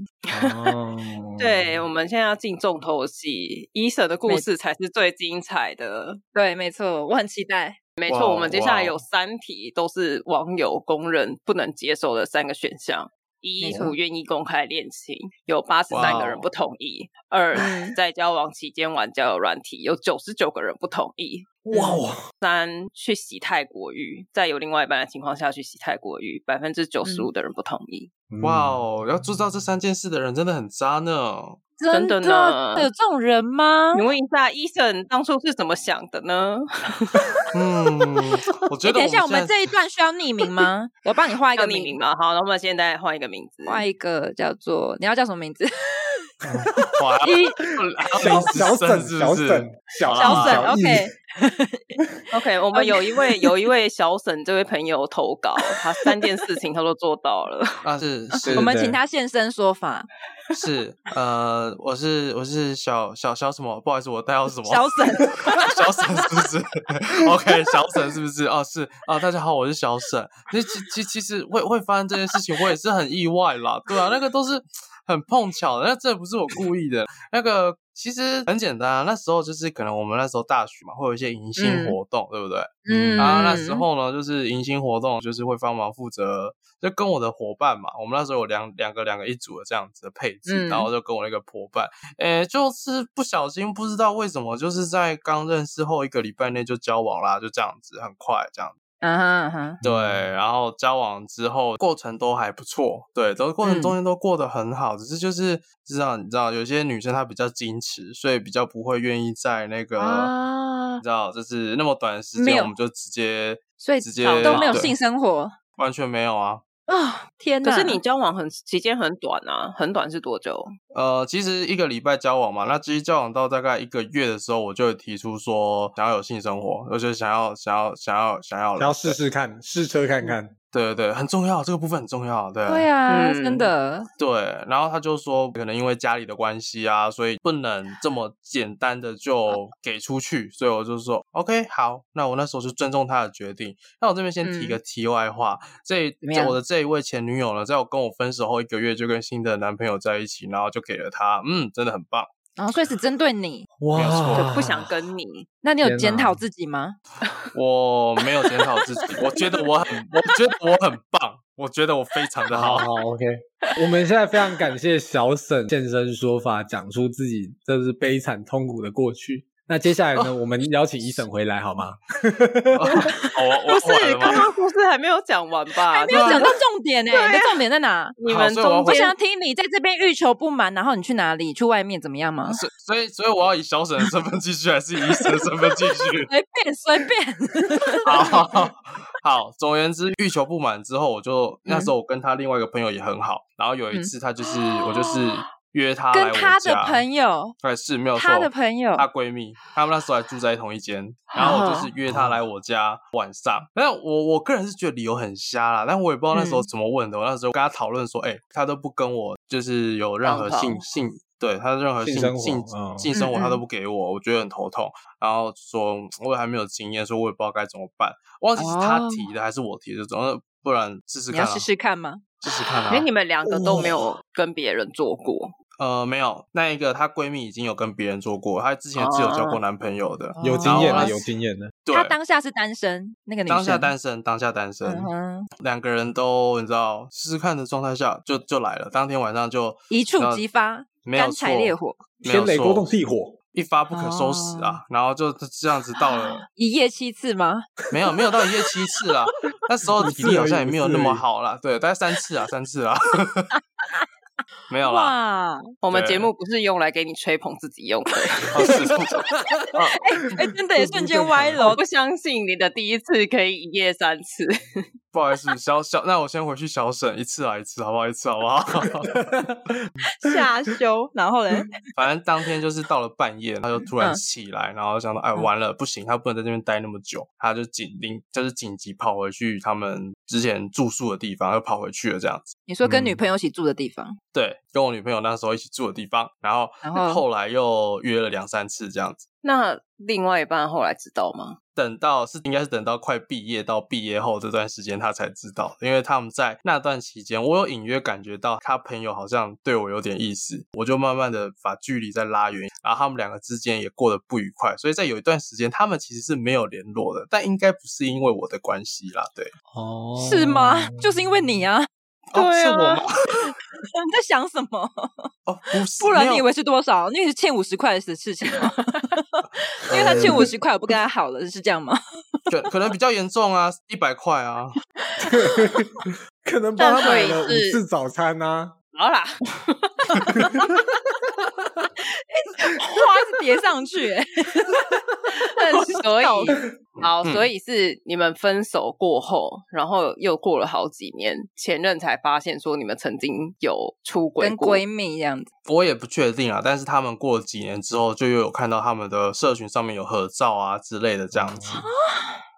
[SPEAKER 4] 哦
[SPEAKER 5] 对我们现在要进重头戏，伊森的故事才是最精彩的。
[SPEAKER 2] 对，没错，我很期待。
[SPEAKER 5] *laughs* 没
[SPEAKER 3] 哇
[SPEAKER 5] 错，我们接下
[SPEAKER 3] 哇
[SPEAKER 5] 来
[SPEAKER 3] 哦
[SPEAKER 5] 有三题都是网友公认不能接受的三个选项：一
[SPEAKER 2] 没错
[SPEAKER 5] 不愿意公开恋情，有八十三个人
[SPEAKER 3] 哇
[SPEAKER 5] 不同意；二
[SPEAKER 2] 嗯
[SPEAKER 5] 在交往期间玩交友软体，有九十九个人不同意；
[SPEAKER 4] 哇哦，
[SPEAKER 5] 三去洗泰国浴，在有另外一半的情况下去洗泰国浴，百分之九十五的人不同意。
[SPEAKER 3] 哇
[SPEAKER 4] 嗯
[SPEAKER 3] 哦，要知道这三件事的人真的很渣呢。
[SPEAKER 5] 真的呢
[SPEAKER 2] 有这种人吗？
[SPEAKER 5] 请问一下，医生当初是怎么想的呢？
[SPEAKER 3] *laughs* 嗯，我觉
[SPEAKER 2] 哎，
[SPEAKER 3] *laughs* 得
[SPEAKER 2] 等一下，我
[SPEAKER 3] 们
[SPEAKER 2] 们
[SPEAKER 3] 现在
[SPEAKER 2] 这一段需要匿名吗？ *laughs* 我帮你画一
[SPEAKER 5] 要
[SPEAKER 2] 个
[SPEAKER 5] 匿名，吗？好，那我们现在换一个名字。
[SPEAKER 2] 画一个叫做你要叫什么名字？
[SPEAKER 3] 哇，
[SPEAKER 2] 一
[SPEAKER 4] 小小沈
[SPEAKER 3] 沈
[SPEAKER 4] 小沈小
[SPEAKER 3] 小
[SPEAKER 4] 易
[SPEAKER 3] 沈
[SPEAKER 4] 小易
[SPEAKER 2] *laughs* OK
[SPEAKER 5] OK，我们有一位有一位小沈这位朋友投稿，他三件事情他都做到了。
[SPEAKER 3] 啊是
[SPEAKER 4] 对
[SPEAKER 3] 是
[SPEAKER 2] *laughs* 我们
[SPEAKER 4] 对
[SPEAKER 2] 请他现身说法。
[SPEAKER 3] 是呃，我是我是小小小什么？不好意思，我代号是什么？
[SPEAKER 2] 小沈，
[SPEAKER 3] *laughs* 小沈是不是？OK，小沈是不是？哦，是啊，大家好，我是小沈。那其其其实会会发生这件事情，我也是很意外啦，对啊，那个都是很碰巧的，那这不是我故意的。那个其实很简单啊，那时候就是可能我们那时候大学嘛，会有一些迎新
[SPEAKER 2] 嗯
[SPEAKER 3] 活动，对不对？
[SPEAKER 2] 嗯，
[SPEAKER 3] 然后那时候呢，就是迎新活动，就是会帮忙负责，就跟我的伙伴嘛，我们那时候有两两个两个一组的这样子的配置，
[SPEAKER 2] 嗯
[SPEAKER 3] 然后就跟我那个伙伴，诶，就是不小心不知道为什么，就是在刚认识后一个礼拜内就交往啦，就这样子，很快这样子。
[SPEAKER 2] 嗯哼，嗯哼，
[SPEAKER 3] 对，然后交往之后过程都还不错，对，都过
[SPEAKER 2] 嗯
[SPEAKER 3] 程中间都过得很好，只是就是知道你知道有些女生她比较矜持，所以比较不会愿意在那个。
[SPEAKER 2] 啊
[SPEAKER 3] 你知道，就是那么短的时
[SPEAKER 2] 没
[SPEAKER 3] 间，
[SPEAKER 2] 有
[SPEAKER 3] 我们就直接
[SPEAKER 2] 所以
[SPEAKER 3] 直接
[SPEAKER 2] 都没有
[SPEAKER 3] 对
[SPEAKER 2] 性生活
[SPEAKER 3] 完全没有啊。
[SPEAKER 2] 啊！天
[SPEAKER 5] 可
[SPEAKER 2] 哪！
[SPEAKER 5] 是你交往很期间很短啊，很短是多久？
[SPEAKER 3] 呃，其实一个礼拜交往嘛，那至于交往到大概一个月的时候，我就有提出说想要有性生活，而且想要想要想要想要了
[SPEAKER 4] 要试试看，试车看看。
[SPEAKER 3] 对对，很重要，这个部分很重要，对
[SPEAKER 2] 对啊，
[SPEAKER 5] 嗯
[SPEAKER 2] 真的，
[SPEAKER 3] 对，然后他就说，可能因为家里的关系啊，所以不能这么简单的就
[SPEAKER 5] *laughs*
[SPEAKER 3] 给出去，所以我就说 OK，好，那我那时候就尊重他的决定。那我这边先提
[SPEAKER 5] 嗯
[SPEAKER 3] 个题外话，这
[SPEAKER 2] 么样
[SPEAKER 3] 我的这一位前女友呢，在我跟我分手后一个月就跟新的男朋友在一起，然后就给了他，嗯，真的很棒。
[SPEAKER 2] 然哦后所以是针对你，
[SPEAKER 3] 没有错
[SPEAKER 5] 就不想跟你。
[SPEAKER 2] 那你有
[SPEAKER 4] 天
[SPEAKER 2] 检
[SPEAKER 4] 哪
[SPEAKER 2] 讨自己吗？
[SPEAKER 3] 我没有检讨自己， *laughs* 我觉得我很，我觉得我很棒，我觉得我非常的
[SPEAKER 4] 好
[SPEAKER 3] 好。
[SPEAKER 5] 哦
[SPEAKER 4] 好，OK。我们现在非常感谢小沈现身说法，讲出自己这是悲惨痛苦的过去。那接下来
[SPEAKER 5] 哦
[SPEAKER 4] 呢，我们邀请一沈回来好吗？
[SPEAKER 3] 哦我
[SPEAKER 5] 不
[SPEAKER 3] 我
[SPEAKER 5] 是，
[SPEAKER 3] 完了
[SPEAKER 5] 刚
[SPEAKER 3] 吗？
[SPEAKER 5] 刚故事还没有讲完吧？
[SPEAKER 2] 还哎没有讲到重点呢、
[SPEAKER 5] 啊对啊
[SPEAKER 2] 你的重点在哪？
[SPEAKER 5] 你
[SPEAKER 3] 好
[SPEAKER 5] 们
[SPEAKER 3] 所以我要
[SPEAKER 5] 中
[SPEAKER 2] 我
[SPEAKER 3] 回
[SPEAKER 5] 间
[SPEAKER 2] 想要听你在这边欲求不满，然后你去哪里？去外面怎么样吗？
[SPEAKER 3] 所以所以所以我要以小沈的身份继续，还是以医生的身份继
[SPEAKER 2] *laughs*
[SPEAKER 3] 续？
[SPEAKER 2] 随便随便，
[SPEAKER 3] 好好，总而言之，欲求不满之后，我就
[SPEAKER 2] 嗯
[SPEAKER 3] 那时候我跟他另外一个朋友也很好，然后有一次他就是、我就是约他来
[SPEAKER 2] 跟
[SPEAKER 3] 我
[SPEAKER 2] 他的
[SPEAKER 3] 家
[SPEAKER 2] 朋友，
[SPEAKER 3] 对是没有错，
[SPEAKER 2] 他的朋友，
[SPEAKER 3] 她闺蜜，她们那时候还住在同一间，然后我就是
[SPEAKER 2] 哦
[SPEAKER 3] 约她来我家晚上。但我我个人是觉得理由很瞎啦，但我也不知道那
[SPEAKER 2] 嗯
[SPEAKER 3] 时候怎么问的。我那时候跟她讨论说，哎、她都不跟我就是有任何
[SPEAKER 5] 碰头
[SPEAKER 3] 性性，对她任何
[SPEAKER 4] 性
[SPEAKER 3] 性
[SPEAKER 4] 生活
[SPEAKER 3] 性
[SPEAKER 4] 嗯
[SPEAKER 3] 性生活
[SPEAKER 2] 嗯嗯
[SPEAKER 3] 她都不给我，我觉得很头痛。然后说我也还没有经验，所以我也不知道该怎么办。忘记是她
[SPEAKER 2] 哦
[SPEAKER 3] 提的还是我提的，总之不然试试
[SPEAKER 2] 你
[SPEAKER 3] 看、
[SPEAKER 2] 要
[SPEAKER 3] 啊，
[SPEAKER 2] 试试看吗？
[SPEAKER 3] 试试看啊。
[SPEAKER 5] 因为你们两个都没有跟别人做过，
[SPEAKER 3] 呃，没有，那一个她闺蜜已经有跟别人做过，她之前是有交过男朋友的。
[SPEAKER 4] 有经验
[SPEAKER 3] 哦
[SPEAKER 5] 啊
[SPEAKER 4] 了，有经验了。
[SPEAKER 3] 对
[SPEAKER 2] 哦她当下是单身，那个女生
[SPEAKER 3] 当下单身，当下单身，
[SPEAKER 2] 嗯哼，
[SPEAKER 3] 两个人都你知道试试看的状态下就就来了，当天晚上就
[SPEAKER 2] 一触即，发，
[SPEAKER 3] 没有
[SPEAKER 2] 干柴
[SPEAKER 3] 错，
[SPEAKER 2] 烈火，哦
[SPEAKER 3] 没有
[SPEAKER 4] 天雷
[SPEAKER 3] 错
[SPEAKER 4] 勾动地火，
[SPEAKER 3] 一发不可收拾啊！然后就这样子到
[SPEAKER 2] *laughs*
[SPEAKER 3] 了，
[SPEAKER 2] 一夜七次吗？
[SPEAKER 3] 没有没有到一夜七次啦，那时候体力好像也没有那么好啦，对，大概三次啊，三
[SPEAKER 2] *laughs*
[SPEAKER 3] 次啊，没有啦，
[SPEAKER 2] 哇，
[SPEAKER 3] *laughs*
[SPEAKER 5] 我们
[SPEAKER 3] 对
[SPEAKER 5] 节目不是用来给你吹捧自己用的。
[SPEAKER 3] 哦是是是啊
[SPEAKER 2] 哎，真的也瞬间歪
[SPEAKER 5] 我
[SPEAKER 2] 楼，
[SPEAKER 5] 不相信你的第一次可以一夜三次， *laughs*
[SPEAKER 3] 不好意思，小小，那我先回去小沈一次啊一次，好不好？一次好不好？
[SPEAKER 2] 下修，然后
[SPEAKER 3] *laughs*
[SPEAKER 2] 嘞，
[SPEAKER 3] 反正当天就是到了半夜，他就突然
[SPEAKER 2] 嗯
[SPEAKER 3] 起来，然后想到哎完了不行，他不能在这边待那么久，他就紧临就是紧急跑回去他们之前住宿的地方，又跑回去了这样子。
[SPEAKER 2] 你说跟
[SPEAKER 3] 嗯
[SPEAKER 2] 女朋友一起住的地方，
[SPEAKER 3] 对，跟我女朋友那时候一起住的地方，然后
[SPEAKER 2] 然后
[SPEAKER 3] 后来又约了两三次这样子。
[SPEAKER 5] 那另外一半后来知道吗？
[SPEAKER 3] 等到是应该是等到快毕业到毕业后这段时间，他才知道，因为他们在那段期间，我有隐约感觉到他朋友好像对我有点意思，我就慢慢的把距离再拉远，然后他们两个之间也过得不愉快，所以在有一段时间，他们其实是没有联络的，但应该不是因为我的关系啦，对，
[SPEAKER 4] 哦
[SPEAKER 2] 是吗？就是因为你啊， *laughs*
[SPEAKER 5] 对啊
[SPEAKER 3] 哦、是我吗？
[SPEAKER 2] 你在想什么？
[SPEAKER 3] 哦，不是，
[SPEAKER 2] 不然
[SPEAKER 3] 没
[SPEAKER 2] 你
[SPEAKER 3] 有
[SPEAKER 2] 以为是多少？那是欠五十块的事情吗？ *laughs* 因为他欠五十块，我不跟他好了，是这样吗？ *laughs*
[SPEAKER 3] 可可能比较严重啊，一百块啊，
[SPEAKER 4] *laughs* 可能帮他买
[SPEAKER 5] 但
[SPEAKER 4] 了五
[SPEAKER 5] 所以是
[SPEAKER 4] 次早餐啊呐、
[SPEAKER 5] 好啦，
[SPEAKER 2] 花是叠上去、欸，
[SPEAKER 5] 所以
[SPEAKER 3] 嗯
[SPEAKER 5] 好，所以是你们分手过后，然后又过了好几年，前任才发现说你们曾经有出轨
[SPEAKER 2] 跟
[SPEAKER 5] 过。
[SPEAKER 2] 闺蜜这样子。
[SPEAKER 3] 我也不确定啊，但是他们过了几年之后，就又有看到他们的社群上面有合照啊之类的这样子。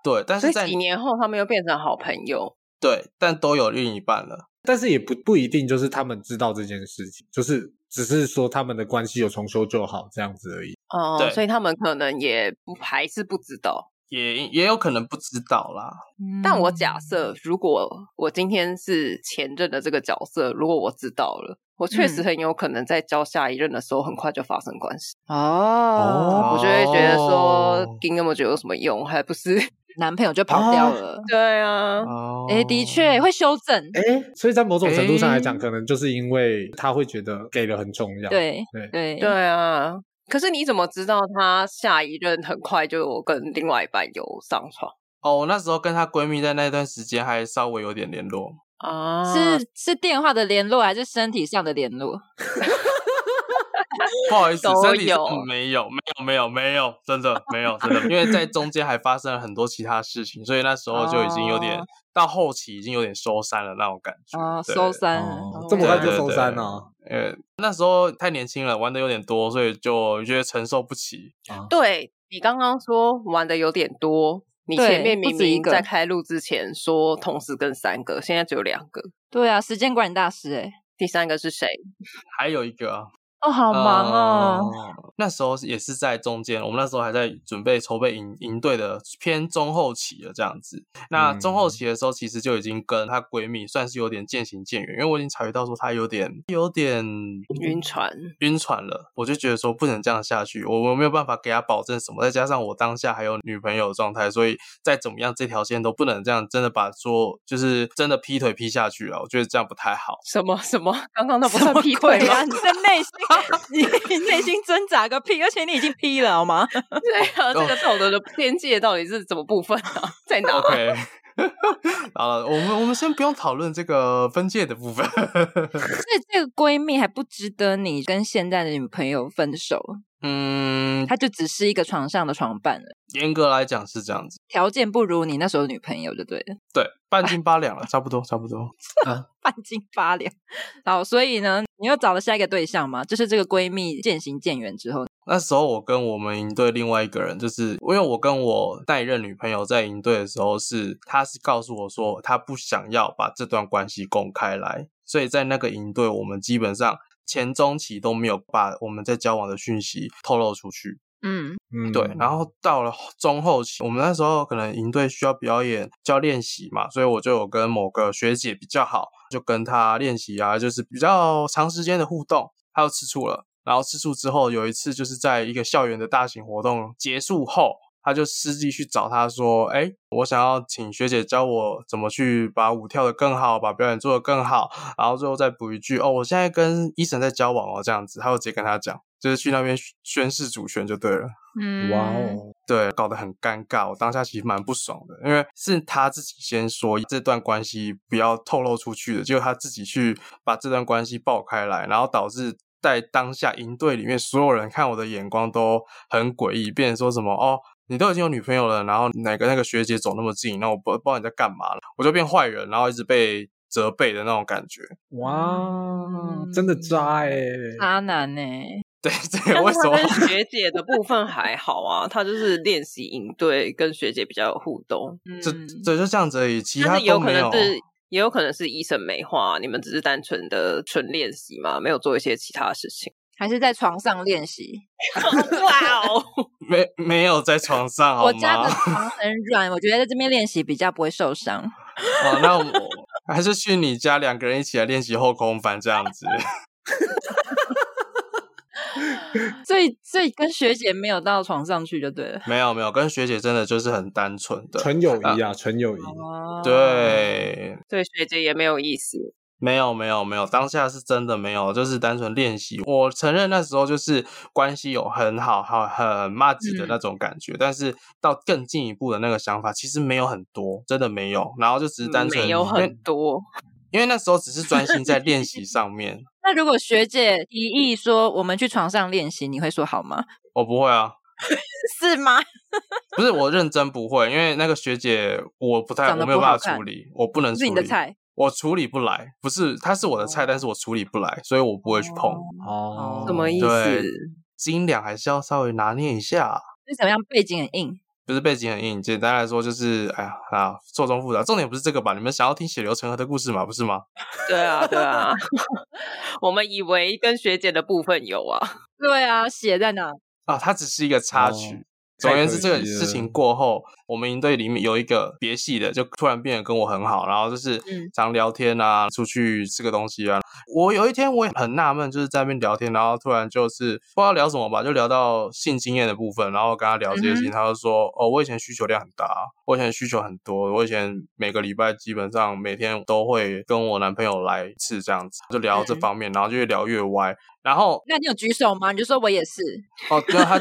[SPEAKER 3] 对，但
[SPEAKER 5] 所
[SPEAKER 3] 是
[SPEAKER 5] 以
[SPEAKER 3] 在
[SPEAKER 5] 几年后，他们又变成好朋友。
[SPEAKER 3] 对，但都有另一半了。
[SPEAKER 4] 但是也不不一定就是他们知道这件事情，就是只是说他们的关系有重修旧好这样子而已。
[SPEAKER 5] 哦、
[SPEAKER 3] 对
[SPEAKER 5] 所以他们可能也不还是不知道。
[SPEAKER 3] 也也有可能不知道啦，
[SPEAKER 5] 但我
[SPEAKER 3] 嗯
[SPEAKER 5] 假
[SPEAKER 2] 嗯
[SPEAKER 5] 设，如果我今天是前任的这个角色，如果我知道了，我确实
[SPEAKER 2] 嗯
[SPEAKER 5] 很有可能在交下一任的时候，很快就发生关系。
[SPEAKER 2] 哦，
[SPEAKER 5] 我就会觉得
[SPEAKER 3] 哦
[SPEAKER 5] 说，盯那么久有什么用？还不是 *laughs*
[SPEAKER 2] 男朋友就跑掉了。
[SPEAKER 5] 对啊，
[SPEAKER 3] 哦
[SPEAKER 2] 哎、的，确会修正，
[SPEAKER 4] 哎、所以在某种程度上来讲，
[SPEAKER 3] 诶
[SPEAKER 4] 可能就是因为他会觉得给的很重要。
[SPEAKER 2] 对
[SPEAKER 4] 对
[SPEAKER 2] 对
[SPEAKER 5] 对啊。可是你怎么知道他下一任很快就跟另外一半有上床
[SPEAKER 3] 哦，我那时候跟她闺蜜在那段时间还稍微有点联络，
[SPEAKER 5] 啊？
[SPEAKER 2] 是是电话的联络还是身体上的联络？
[SPEAKER 3] 不好意思，
[SPEAKER 5] 都
[SPEAKER 3] 身体
[SPEAKER 5] 有
[SPEAKER 3] 嗯没有没有没有没有，真的没有真的，因为在中间还发生了很多其他事情，所以那时候就已经有点、
[SPEAKER 2] 哦
[SPEAKER 3] 到后期已经有点收山了那种感觉。
[SPEAKER 2] 哦，
[SPEAKER 3] 对
[SPEAKER 2] 收山、
[SPEAKER 4] 哦，这么快就收山了、哦。
[SPEAKER 3] 呃，那时候太年轻了，玩的有点多，所以就觉得承受不起。
[SPEAKER 5] 对你刚刚说玩的有点多，你
[SPEAKER 2] 对
[SPEAKER 5] 前面
[SPEAKER 2] 不
[SPEAKER 5] 明
[SPEAKER 2] 止一
[SPEAKER 5] 明
[SPEAKER 2] 个
[SPEAKER 5] 在开录之前说同时跟三个，现在只有两个，
[SPEAKER 2] 对啊，时间管理大师哎、
[SPEAKER 5] 第三个是谁？
[SPEAKER 3] 还有一个啊，
[SPEAKER 2] 哦，好忙哦，
[SPEAKER 3] 呃那时候也是在中间，我们那时候还在准备筹备营营队的偏中后期了这样子。那中
[SPEAKER 2] 嗯
[SPEAKER 3] 后期的时候，其实就已经跟她闺蜜算是有点渐行渐远，因为我已经察觉到说她有点有点
[SPEAKER 5] 晕
[SPEAKER 2] 嗯
[SPEAKER 5] 船。 *laughs*
[SPEAKER 3] 晕船了，我就觉得说不能这样下去，我我没有办法给她保证什么，再加上我当下还有女朋友的状态，所以再怎么样这条线都不能这样真的把说就是真的劈腿劈下去啊了，我觉得这样不太好。
[SPEAKER 5] 什么什么？刚刚那不
[SPEAKER 2] 什
[SPEAKER 5] 算
[SPEAKER 2] 么
[SPEAKER 5] 劈腿
[SPEAKER 2] 鬼啊！
[SPEAKER 5] 吗？
[SPEAKER 2] 你的内心， *laughs* 你你内心挣扎个屁，而且你已经劈了好 *laughs* 吗？
[SPEAKER 5] *laughs* 对啊，
[SPEAKER 2] 哦
[SPEAKER 5] 这个道德的边界到底是怎么部分啊？ *laughs*
[SPEAKER 2] *laughs*
[SPEAKER 5] 在哪？
[SPEAKER 3] OK，好了，我们我们先不用讨论这个分界的部分。 *laughs*
[SPEAKER 2] 所以这个闺蜜还不值得你跟现在的女朋友分手，
[SPEAKER 3] 嗯，
[SPEAKER 2] 她就只是一个床上的床伴了，
[SPEAKER 3] 严格来讲是这样子，
[SPEAKER 2] 条件不如你那时候的女朋友就对了，
[SPEAKER 3] 对，半斤八两了，差不多，差不多。
[SPEAKER 2] *laughs* 半斤八两。好，所以呢，你又找了下一个对象吗？就是这个闺蜜渐行渐远之后，
[SPEAKER 3] 那时候我跟我们营队另外一个人，就是因为我跟我那一任女朋友在营队的时候是，她是告诉我说她不想要把这段关系公开来，所以在那个营队，我们基本上前中期都没有把我们在交往的讯息透露出去。
[SPEAKER 2] 嗯，
[SPEAKER 4] 嗯
[SPEAKER 3] 对，然后到了中后期，我们那时候可能营队需要表演，需要练习嘛，所以我就有跟某个学姐比较好，就跟她练习啊，就是比较长时间的互动，还有吃醋了。然后吃醋之后，有一次就是在一个校园的大型活动结束后，他就实际去找她说：“哎，我想要请学姐教我怎么去把舞跳得更好，把表演做得更好。”然后最后再补一句：“哦，我现在跟医生在交往哦，这样子。”他就直接跟他讲，就是去那边宣宣誓主权就对了。
[SPEAKER 2] 嗯
[SPEAKER 4] 哇，哦，
[SPEAKER 3] 对，搞得很尴尬。我当下其实蛮不爽的，因为是他自己先说这段关系不要透露出去的，结果他自己去把这段关系爆开来，然后导致在当下营队里面所有人看我的眼光都很诡异，变成说什么哦。你都已经有女朋友了，然后哪个那个学姐走那么近，那我不不知道你在干嘛，我就变坏人，然后一直被责备的那种感觉。
[SPEAKER 2] 嗯，
[SPEAKER 4] 哇
[SPEAKER 2] 啊
[SPEAKER 4] 真的渣哎、
[SPEAKER 2] 渣男欸呢、
[SPEAKER 3] 对 *laughs* 对，
[SPEAKER 5] 但
[SPEAKER 3] 为
[SPEAKER 5] 是
[SPEAKER 3] 什
[SPEAKER 5] 他
[SPEAKER 3] 么
[SPEAKER 5] 跟学姐的部分还好啊，他就是练习应对，跟学姐比较有互动，
[SPEAKER 2] 嗯，
[SPEAKER 3] 这这就这样子而已？其
[SPEAKER 5] 但
[SPEAKER 3] 他
[SPEAKER 5] 是有
[SPEAKER 3] 都
[SPEAKER 5] 可
[SPEAKER 3] 没哦
[SPEAKER 5] 能是。也有可能是医生没话，你们只是单纯的纯练习嘛，没有做一些其他事
[SPEAKER 3] *laughs*
[SPEAKER 5] 情。
[SPEAKER 2] 还是在床上练习。
[SPEAKER 5] 哇哦，
[SPEAKER 3] 没没有在床上好吗？
[SPEAKER 2] 我家的床很软，我觉得在这边练习比较不会受伤。
[SPEAKER 3] 哦，那我们 *laughs* 还是去你家两个人一起来练习后空翻这样子。
[SPEAKER 2] 所以，所以跟学姐没有到床上去就对了。
[SPEAKER 3] 没有没有，跟学姐真的就是很单纯的，
[SPEAKER 4] 纯友谊啊，纯友谊。
[SPEAKER 2] 哦，
[SPEAKER 3] 对，
[SPEAKER 5] *laughs* 对学姐也没有意思。
[SPEAKER 3] 没有没有没有，当下是真的没有，就是单纯练习。我承认那时候就是关系有很好，好很
[SPEAKER 5] 嗯
[SPEAKER 3] 骂级的那种感觉，但是到更进一步的那个想法，其实没有很多，真的没有。然后就只是单纯
[SPEAKER 5] 嗯没有
[SPEAKER 3] 因为
[SPEAKER 5] 很多，
[SPEAKER 3] 因为那时候只是专心在练习上面，
[SPEAKER 2] 那如果学姐提议说我们去床上练习，你会说好吗？
[SPEAKER 3] 我不会啊，
[SPEAKER 2] 是吗？
[SPEAKER 3] 不是我认真不会，因为那个学姐我不太
[SPEAKER 2] 长得
[SPEAKER 3] 我没有办
[SPEAKER 2] 不好
[SPEAKER 3] 法
[SPEAKER 2] 看
[SPEAKER 3] 处理，我不能
[SPEAKER 2] 不
[SPEAKER 3] 处
[SPEAKER 2] 是
[SPEAKER 3] 理
[SPEAKER 2] 你的，菜哦
[SPEAKER 3] 我处理不来，不是她是我的菜，但是我处理不来，所以我不会去碰。嗯
[SPEAKER 4] 哦，
[SPEAKER 5] 什么意
[SPEAKER 3] 对
[SPEAKER 5] 思？
[SPEAKER 3] 斤两还是要稍微拿捏一下，
[SPEAKER 2] 是怎么样？背景很硬，
[SPEAKER 3] 不是背景很硬，简单来说就是哎呀啊错综复杂，重点不是这个吧？你们想要听血流成河的故事嘛，不是吗？
[SPEAKER 5] 对啊，对啊， *laughs* 我们以为跟学姐的部分有啊，
[SPEAKER 2] 对啊，血在哪？
[SPEAKER 3] 啊，它只是一个插曲。
[SPEAKER 4] 哦
[SPEAKER 3] 总而言
[SPEAKER 4] 太
[SPEAKER 3] 之，这
[SPEAKER 4] 可
[SPEAKER 3] 个
[SPEAKER 4] 惜
[SPEAKER 3] 事
[SPEAKER 4] 了
[SPEAKER 3] 情过后，我们营队里面有一个别系的，就突然变得跟我很好，然后就是
[SPEAKER 2] 嗯
[SPEAKER 3] 常聊天啊，出去吃个东西啊。我有一天我也很纳闷，就是在那边聊天，然后突然就是不知道聊什么吧，就聊到性经验的部分，然后跟他聊
[SPEAKER 2] 嗯
[SPEAKER 3] 这些事情，他就说：“哦，我以前需求量很大啊，我以前需求很多，我以前每个礼拜基本上每天都会跟我男朋友来一次这样子，就聊这
[SPEAKER 2] 嗯
[SPEAKER 3] 方面，然后就越聊越歪。”然后
[SPEAKER 2] 那你有举手吗？你就说我也是。
[SPEAKER 3] 哦，对
[SPEAKER 5] *laughs*
[SPEAKER 3] 啊，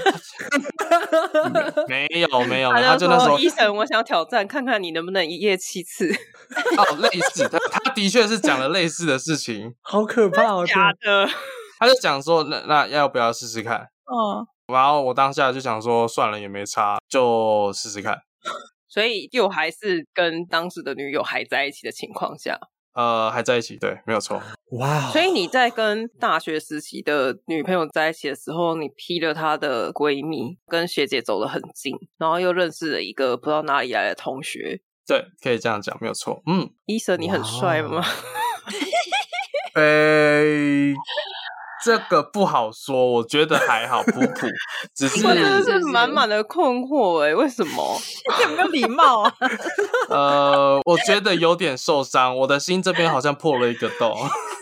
[SPEAKER 3] 他没没有没有，他就那时候
[SPEAKER 5] 说：“医生，我想挑战看看你能不能一夜七次。
[SPEAKER 3] 哦，类似他他的确是讲了类似的事情，
[SPEAKER 4] 好可
[SPEAKER 3] *laughs*
[SPEAKER 4] 怕哦！”
[SPEAKER 5] 假的， *laughs*
[SPEAKER 3] 他就讲说那那要不要试试看？
[SPEAKER 2] *laughs* 哦，
[SPEAKER 3] 然后我当下就想说算了也没差，就试试看。
[SPEAKER 5] 所以又还是跟当时的女友还在一起的情况下， *laughs*
[SPEAKER 3] 呃，还在一起，对，没有错。
[SPEAKER 4] 哇哦，
[SPEAKER 5] 所以你在跟大学时期的女朋友在一起的时候，你劈了她的闺蜜，跟学姐走得很近，然后又认识了一个不知道哪里来的同学。
[SPEAKER 3] 对，可以这样讲，没有错。嗯，
[SPEAKER 5] 医生，你很帅吗
[SPEAKER 3] *laughs*
[SPEAKER 4] 哇？
[SPEAKER 3] 诶、这个不好说，我觉得还好，普普，只是
[SPEAKER 5] *laughs* 我真的
[SPEAKER 2] 是
[SPEAKER 5] 是满满的困惑哎、为什么？ *laughs*
[SPEAKER 2] 有没有礼貌啊？
[SPEAKER 3] 呃，我觉得有点受伤，我的心这边好像破了一个洞。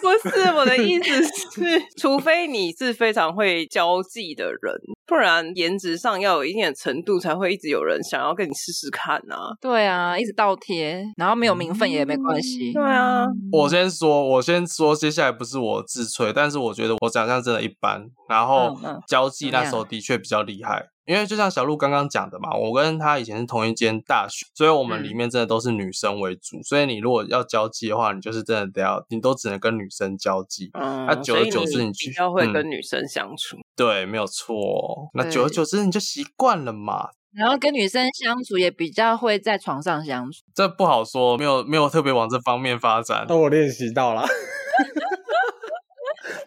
[SPEAKER 5] 不是我的意思是，除非你是非常会交际的人，不然颜值上要有一定的程度，才会一直有人想要跟你试试看啊。
[SPEAKER 2] 对啊，一直倒贴，然后没有名分也没关系。
[SPEAKER 5] 对啊，
[SPEAKER 3] 我
[SPEAKER 2] 嗯
[SPEAKER 3] 先说，我先说，接下来不是我自吹，但是我觉得我长相真的一般，然后
[SPEAKER 2] 嗯嗯
[SPEAKER 3] 交际
[SPEAKER 2] 怎么
[SPEAKER 3] 那
[SPEAKER 2] 样
[SPEAKER 3] 时候的确比较厉害。因为就像小鹿刚刚讲的嘛，我跟她以前是同一间大学，所以我们
[SPEAKER 5] 嗯
[SPEAKER 3] 里面真的都是女生为主。所以你如果要交际的话，你就是真的得要，你都只能跟女生交际。
[SPEAKER 5] 嗯，
[SPEAKER 3] 啊久而
[SPEAKER 5] 所以
[SPEAKER 3] 久之你去
[SPEAKER 5] 比较会
[SPEAKER 3] 嗯
[SPEAKER 5] 跟女生相处。
[SPEAKER 3] 对，没有错。哦那
[SPEAKER 2] 对
[SPEAKER 3] 久而久之你就习惯了嘛，
[SPEAKER 2] 然后跟女生相处也比较会在床上相处。
[SPEAKER 3] 这不好说，没有没有特别往这方面发展。
[SPEAKER 2] 哦
[SPEAKER 4] 那我练习到了。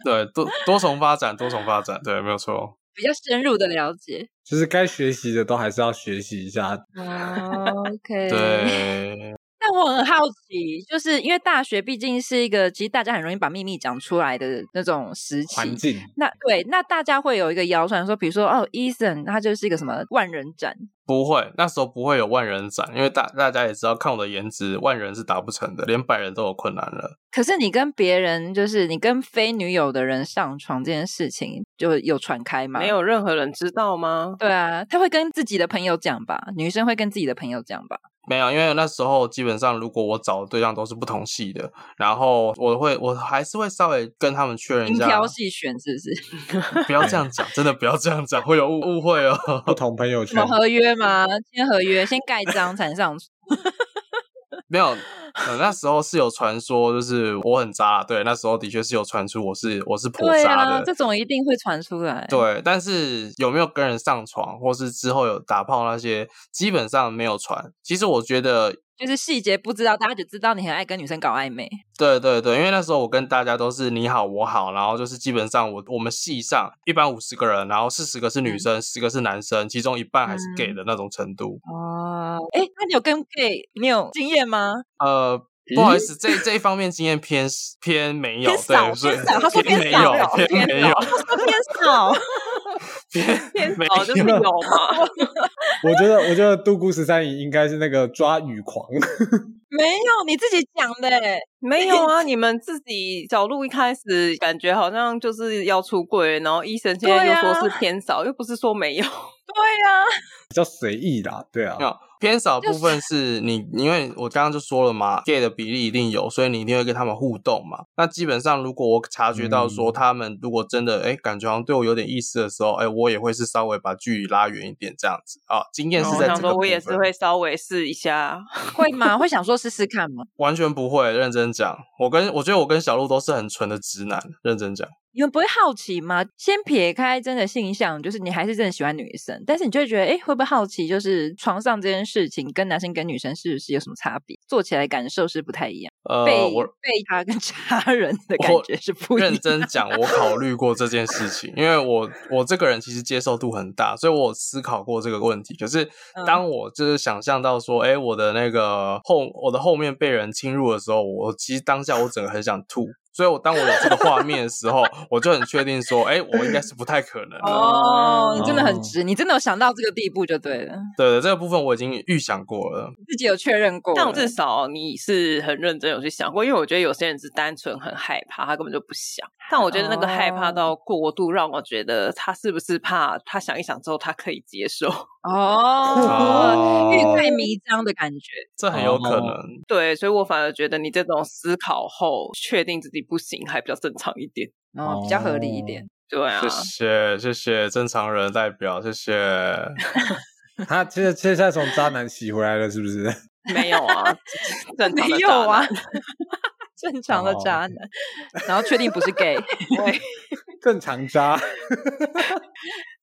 [SPEAKER 3] 对，多多重发展，多重发展，对，没有错。
[SPEAKER 2] 比较深入的了解。
[SPEAKER 4] 就是该学习的都还是要学习一下。
[SPEAKER 2] *laughs* OK，
[SPEAKER 3] 对，
[SPEAKER 2] 但我很好奇，就是因为大学毕竟是一个其实大家很容易把秘密讲出来的那种时期。
[SPEAKER 4] 环境
[SPEAKER 2] 那对，那大家会有一个谣传说，比如说哦，Eason 他就是一个什么万人斩，
[SPEAKER 3] 不会，那时候不会有万人斩，因为大大家也知道，看我的颜值，万人是达不成的，连百人都有困难了。
[SPEAKER 2] 可是你跟别人，就是你跟非女友的人上床这件事情，就有传开吗？
[SPEAKER 5] 没。有任何人知道吗？
[SPEAKER 2] 对啊，他会跟自己的朋友讲吧，女生会跟自己的朋友讲吧。
[SPEAKER 3] 没有，因为那时候基本上，如果我找的对象都是不同系的，然后我会，我还是会稍微跟他们确认一
[SPEAKER 2] 精
[SPEAKER 3] 下。啊
[SPEAKER 2] 挑细选是不是？
[SPEAKER 3] *laughs* 不要这样讲，真的不要这样讲，会有误误会哦。
[SPEAKER 4] 不同朋友
[SPEAKER 2] 什
[SPEAKER 4] 圈
[SPEAKER 2] 么，合约吗？签合约，先盖章才能上床。
[SPEAKER 3] 没有、呃那时候是有传说，就是我很渣，对，那时候的确是有传出我是我是颇
[SPEAKER 2] 对
[SPEAKER 3] 渣的。
[SPEAKER 2] 啊，这种一定会传出来。
[SPEAKER 3] 对，但是有没有跟人上床，或是之后有打炮那些，基本上没有传。其实我觉得，
[SPEAKER 2] 就是细节不知道，大家只知道你很爱跟女生搞暧昧。
[SPEAKER 3] 对对对，因为那时候我跟大家都是你好我好，然后就是基本上我我们系上一般五十个人，然后四十个是
[SPEAKER 2] 嗯
[SPEAKER 3] 女生，十、0个是男生，其中一半还是 gay 的那种程度。
[SPEAKER 2] 哦，哎，那你有跟 gay 你有经验吗？
[SPEAKER 3] 呃。不好意思，这这一方面经验偏偏没有，
[SPEAKER 2] 偏少，
[SPEAKER 3] 对，所以
[SPEAKER 2] 偏少。他说
[SPEAKER 3] 偏没
[SPEAKER 2] 少
[SPEAKER 3] 有，，
[SPEAKER 2] 偏
[SPEAKER 3] 偏没有
[SPEAKER 2] 少，，他说偏少。
[SPEAKER 3] 偏没
[SPEAKER 5] 哦，就是
[SPEAKER 3] *laughs*
[SPEAKER 5] 有 *laughs* 嘛。
[SPEAKER 4] 我觉得我觉得杜姑十三姨应该是那个抓雨狂，
[SPEAKER 2] 没有，你自己讲的
[SPEAKER 3] *laughs*
[SPEAKER 2] 欸。
[SPEAKER 5] 没有啊，你们自己小鹿一开始感觉好像就是要出柜，然后医生现在
[SPEAKER 2] 对
[SPEAKER 5] 又
[SPEAKER 2] 啊
[SPEAKER 5] 说是偏少，又不是
[SPEAKER 3] *laughs*
[SPEAKER 5] 说没有。
[SPEAKER 2] 对
[SPEAKER 3] 啊
[SPEAKER 2] 呀、
[SPEAKER 4] 比较随意啦，对啊
[SPEAKER 3] 没，有偏少部分是你，因为我刚刚就说了嘛，gay 的比例一定有，所以你一定会跟他们互动嘛。那基本上，如果我察觉到说
[SPEAKER 4] 嗯
[SPEAKER 3] 他们如果真的哎、诶感觉好像对我有点意思的时候，哎、我也会是稍微把距离拉远一点这样子啊。经验
[SPEAKER 5] 然
[SPEAKER 3] 是
[SPEAKER 5] 哦后我
[SPEAKER 3] 在
[SPEAKER 5] 想
[SPEAKER 3] 这个
[SPEAKER 5] 说，
[SPEAKER 3] 部
[SPEAKER 5] 我也是
[SPEAKER 3] 分
[SPEAKER 5] 会稍微试一下。
[SPEAKER 2] 会吗？会想说试试看吗？
[SPEAKER 3] 完全不会认真讲。我跟我觉得我跟小鹿都是很纯的直男，认真讲。
[SPEAKER 2] 你们不会好奇吗？先撇开真的性向，就是你还是真的喜欢女生，但是你就会觉得，哎，会不会好奇，就是床上这件事情跟男生跟女生是不是有什么差别？做起来感受是不太一样，
[SPEAKER 3] 呃，
[SPEAKER 2] 被
[SPEAKER 3] 我
[SPEAKER 2] 被他跟 *laughs* 他人的感
[SPEAKER 3] 我
[SPEAKER 2] 觉是不一样
[SPEAKER 3] 认。真讲，我考虑过这件事情，因为我我这个人其实接受度很大，所以我有思考过这个问题。可是
[SPEAKER 2] 嗯
[SPEAKER 3] 当我就是想象到说，哎、我的那个后我的后面被人侵入的时候，我其实当下我整个很想吐。所以我当我有这个画面的时候，我就很确定说，哎、我应该是不太可能的。
[SPEAKER 2] 哦，你真的
[SPEAKER 4] 哦
[SPEAKER 2] 很直，你真的有想到这个地步就对了，
[SPEAKER 3] 对的，这个部分我已经预想过了。
[SPEAKER 2] 自己有确认过了。
[SPEAKER 5] 但至少你是很认真有去想过，因为我觉得有些人是单纯很害怕，他根本就不想。但我觉得那个害怕到过度，让我觉得他是不是怕他想一想之后他可以接受？ *laughs*
[SPEAKER 2] 哦，欲盖弥彰的感觉。
[SPEAKER 3] 这很有可能。
[SPEAKER 4] 哦
[SPEAKER 5] 对，所以我反而觉得你这种思考后确定自己不行还比较正常一点。
[SPEAKER 2] 哦，比较合理一点。
[SPEAKER 5] 对啊
[SPEAKER 3] 谢，谢谢谢正常人代表，谢谢。
[SPEAKER 4] 他现在现在从渣男洗回来了，是不是？ *laughs*
[SPEAKER 5] *laughs* 没有啊，正常的
[SPEAKER 2] 没有
[SPEAKER 5] 渣男
[SPEAKER 2] 啊， *laughs* 正常的
[SPEAKER 4] 哦
[SPEAKER 2] 渣男，然后确定不是
[SPEAKER 3] *laughs*
[SPEAKER 2] gay，
[SPEAKER 5] 对。
[SPEAKER 4] 正常渣，
[SPEAKER 5] *laughs*